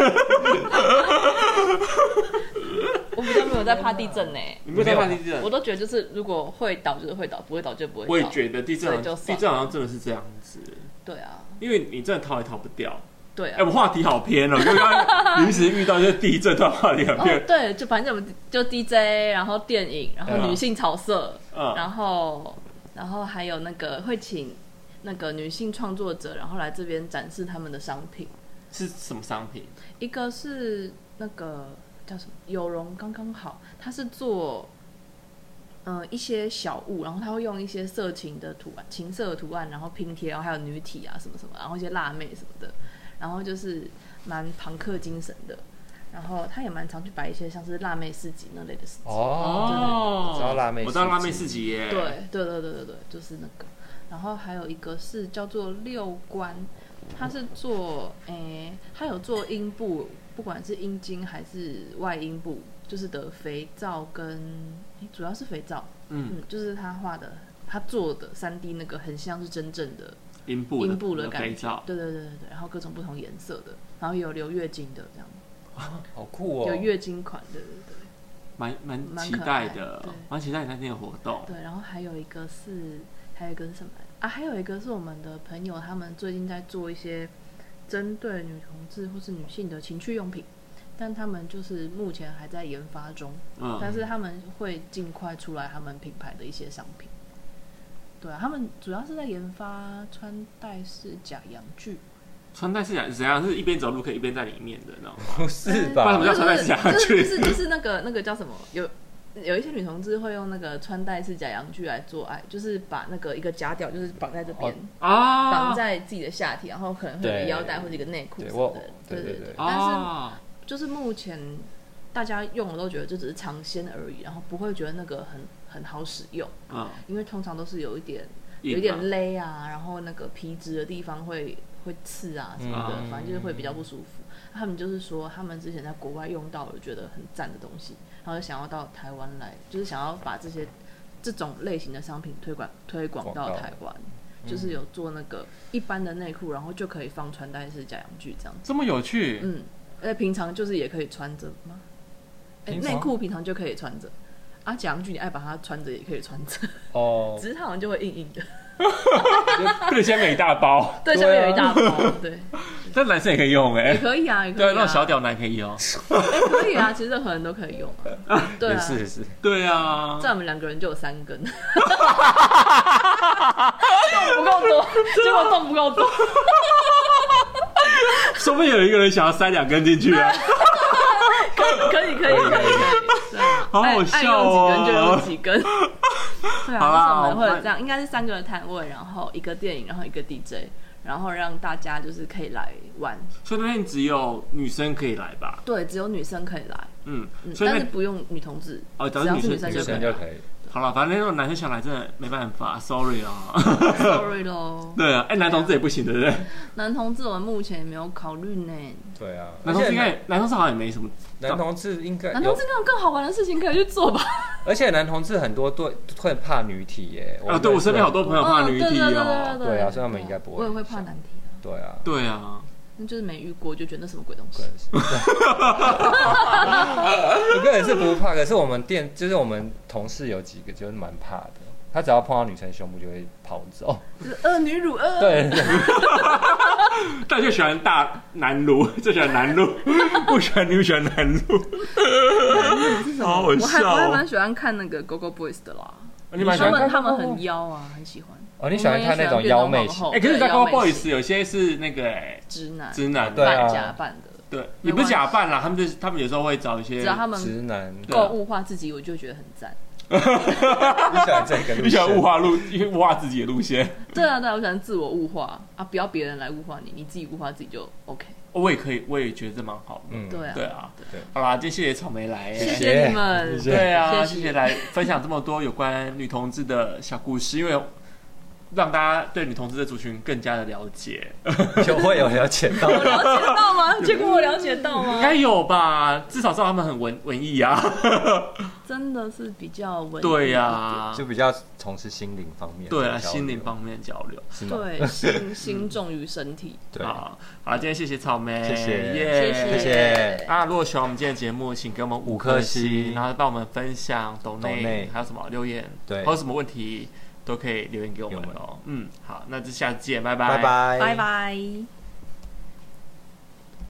S4: 我比较没有在怕地震呢、
S1: 你没有在啊怕地震
S4: 我？都觉得就是如果会倒就是会倒，不会倒就不会倒。
S1: 我也觉得地震好
S4: 所
S1: 像
S4: 以就算
S1: 地
S4: 了
S1: 震好像真的是这样子，
S4: 对啊，
S1: 因为你真的逃也逃不掉。
S4: 对
S1: 哎、
S4: 啊。
S1: 我话题好偏哦，刚 刚临时遇到就是地震，突然话题很
S4: 哦
S1: 偏，。
S4: 对，就反正我们就 DJ，然后电影，然后
S1: 嗯
S4: 女性潮色，
S1: 嗯
S4: 然后然后还有那个会请那个女性创作者，然后来这边展示他们的商品。
S1: 是什么商品？
S4: 一个是那个叫什么有容刚刚好，他是做嗯、呃一些小物，然后他会用一些色情的图案、情色的图案，然后拼贴，然后还有女体啊什么什么，然后一些辣妹什么的，然后就是蛮朋克精神的。然后他也蛮常去摆一些像是辣妹市集那类的事
S3: 哦，
S4: 情。
S1: 哦，
S3: 我知道辣妹
S1: 我知道辣妹
S3: 市集
S1: 市集耶。
S4: 对，对对对对对，就是那个。然后还有一个是叫做六官，他是做诶，他有做阴部，不管是阴茎还是外阴部，就是的肥皂跟诶主要是肥皂，
S1: 嗯，
S4: 嗯，就是他画的，他做的三 D 那个很像是真正的
S1: 阴部
S4: 阴部的
S1: 那个
S4: 感
S1: 肥
S4: 觉
S1: 皂，，
S4: 对对对对对，然后各种不同颜色的，然后也有留月经的这样，
S3: 好酷哦，
S4: 有月经款，对对对。
S1: 蛮蛮
S4: 蛮
S1: 期
S4: 可
S1: 待
S4: 爱
S1: 的
S4: 对，
S1: 蛮期待你那天的活动。
S4: 对，然后还有一个是，还有一个是什么来着啊？还有一个是我们的朋友，他们最近在做一些针对女同志或是女性的情趣用品，但他们就是目前还在研发中，
S1: 嗯，
S4: 但是他们会尽快出来他们品牌的一些商品。对啊，他们主要是在研发穿戴式假阳具，
S1: 穿戴是啊怎样怎样？是一边走路可以一边在里面的那种。
S3: 不 是
S1: 不然
S3: 吧
S1: 怎么？叫穿戴式假洋具
S4: 就是就是就是那个那个叫什么有。有一些女同志会用那个穿戴式假阳具来做爱，就是把那个一个假屌就是绑在这边，
S3: 哦
S1: 啊
S4: 绑在自己的下体，然后可能会有一个腰带或者一个内裤
S3: 对
S4: 什
S3: 我
S4: 么的。
S3: 对对
S4: 对
S3: 对
S4: 但
S1: 啊，
S4: 是就是目前大家用的都觉得就只是尝鲜而已，然后不会觉得那个很很好使用，
S1: 嗯，
S4: 因为通常都是有一点
S1: 硬
S4: 有一
S1: 啊
S4: 点勒啊，然后那个皮质的地方会会刺啊什么的，
S1: 嗯
S4: 反正就是会比较不舒服。他们就是说，他们之前在国外用到了觉得很赞的东西，然后就想要到台湾来，就是想要把这些这种类型的商品推广推广
S3: 广
S4: 到
S3: 告嗯
S4: 台湾。就是有做那个一般的内裤，然后就可以放穿戴式假阳具这样子。
S1: 这么有 趣，
S4: 嗯，而且平常就是也可以穿着吗？哎、
S3: 平常
S4: 内裤平常就可以穿着，啊，假阳具你爱把它穿着也可以穿着，
S3: 哦，
S4: 只是它啊好像就会硬硬的。
S1: 对，先给一大 包，
S4: 对，下面有一大包，对，
S1: 但男生也可以用
S4: 也
S1: 哎。
S4: 可以啊，也可以、啊。
S1: 啊对，那种小屌男可以用。
S4: 哎、可以啊，其实任何人都可以用 啊。对
S3: 也
S4: 啊，
S3: 是也是，
S1: 对啊
S4: 这，样我们两个人就有三根， 动不够多，结果动不够 多。
S1: 说不定有一个人想要塞两根进去啊。
S4: 可以可以可以可以，对啊，
S1: 好好
S4: 爱爱
S1: 笑哦
S4: 用几根就用几 根。对
S1: 好啦
S4: 啊，为什么会
S1: 我
S4: 有
S1: 们
S4: 这样？应该是三个摊位，然后一个电影，然后一个 DJ，然后让大家就是可以来玩。
S1: 所以那天只有女生可以来吧？
S4: 对，只有女生可以来，
S1: 嗯
S4: 嗯，，
S1: 所以
S4: 但是
S1: 那
S4: 不用女同志，
S1: 哦只要是
S4: 只要是
S1: 女
S4: 女
S1: 生
S3: 女
S4: 生就可
S3: 生
S4: 以
S3: 就
S4: 来。
S3: 可以，
S1: 好了，反正那种男生想来真的没办法，sorry 啊。
S4: Sorry 喽，
S1: 对啊，哎，男同志也不行，对不对？
S4: 男同志我们目前也没有考虑呢。
S3: 对啊，
S1: 男同志应
S3: 而
S1: 该，男同志好像也没什么。
S3: 且男同志应该
S4: 男同
S3: 有
S4: 志，那种更好玩的事情可以去做吧？
S3: 而且男同志很多对会怕女体耶，
S1: 啊，对我身边好多朋友怕
S4: 嗯
S1: 女
S4: 对
S1: 体
S4: 对对
S1: 哦。
S4: 对
S3: 对啊所以他们应该不会
S4: 我也会怕男体啊，
S3: 对啊，
S1: 对啊，
S4: 那就是没遇过就觉得那什么鬼东西
S3: 可。能是 我个人是不怕，可是我们店就是我们同事有几个就是蛮怕的，他只要碰到女生胸部就会跑走。
S4: 就是恶呃女乳恶，
S3: 对，
S1: 但就喜欢大男 乳，就喜欢男乳，不喜欢女喜欢男乳，
S5: 好好
S4: 我还我还
S5: 笑
S4: 蛮
S5: 哦。
S4: 喜欢看那们那个 GoGo Boys 的啦，
S1: 哦
S5: 你蛮喜
S4: 他
S5: 欢看
S4: 们他们很妖啊，很喜欢。
S3: 哦，你喜欢看那种妖妹型？
S1: 哎、可是，在 Go
S4: 高
S1: Boys 有些是那个、哎
S4: 直男
S1: 直男，
S3: 对啊
S4: 扮假扮的，
S1: 对，也不是假扮啦，他们就是他们有时候会找一些
S4: 只，要他们
S3: 直男，
S1: 对
S4: 够物化自己，我就觉得很赞。
S3: 你喜欢这个路线？
S1: 你喜欢物化路， 因为物化自己的路线，
S4: 对啊，对啊，我喜欢自我物化啊，不要别人来物化你，你自己物化自己就 OK。
S1: 哦我也可以，我也觉得蛮好的。
S3: 嗯
S4: 对啊，
S1: 对啊
S3: 对，
S1: 好啦，今天谢谢草莓来、哎
S4: 谢
S3: 谢谢
S4: 谢你们，
S3: 谢
S1: 对啊，
S4: 谢
S1: 谢
S4: 谢
S1: 谢来分享这么多有关女同志的小故事，因为让大家对女同志的族群更加的了解，
S3: 就会有了解 到。
S4: 我了解到吗？结果我了解到
S1: 应
S4: 吗？
S1: 该有吧？至少知道他们很文文艺啊。
S4: 真的是比较文，啊
S1: 对呀、
S3: 就比较从事心灵方面的交流，
S1: 对啊，心灵方面交流
S3: 是吗？
S4: 对，心心重于身体，
S3: 对
S1: 啊。好啦，今天谢谢草莓，
S3: 谢谢
S1: 耶
S3: 谢
S4: 谢
S3: 谢
S1: 啊，如果喜欢我们今天的节目，请给我们五颗
S3: 五颗
S1: 星，
S3: 星
S1: 然后帮我们分享、抖内
S3: 内，
S1: 还有什么留言，
S3: 对
S1: 还有什么问题都可以留言给我们
S3: 给我们
S1: 哦。嗯，好，那就下次见，拜
S3: 拜拜，
S4: 拜拜。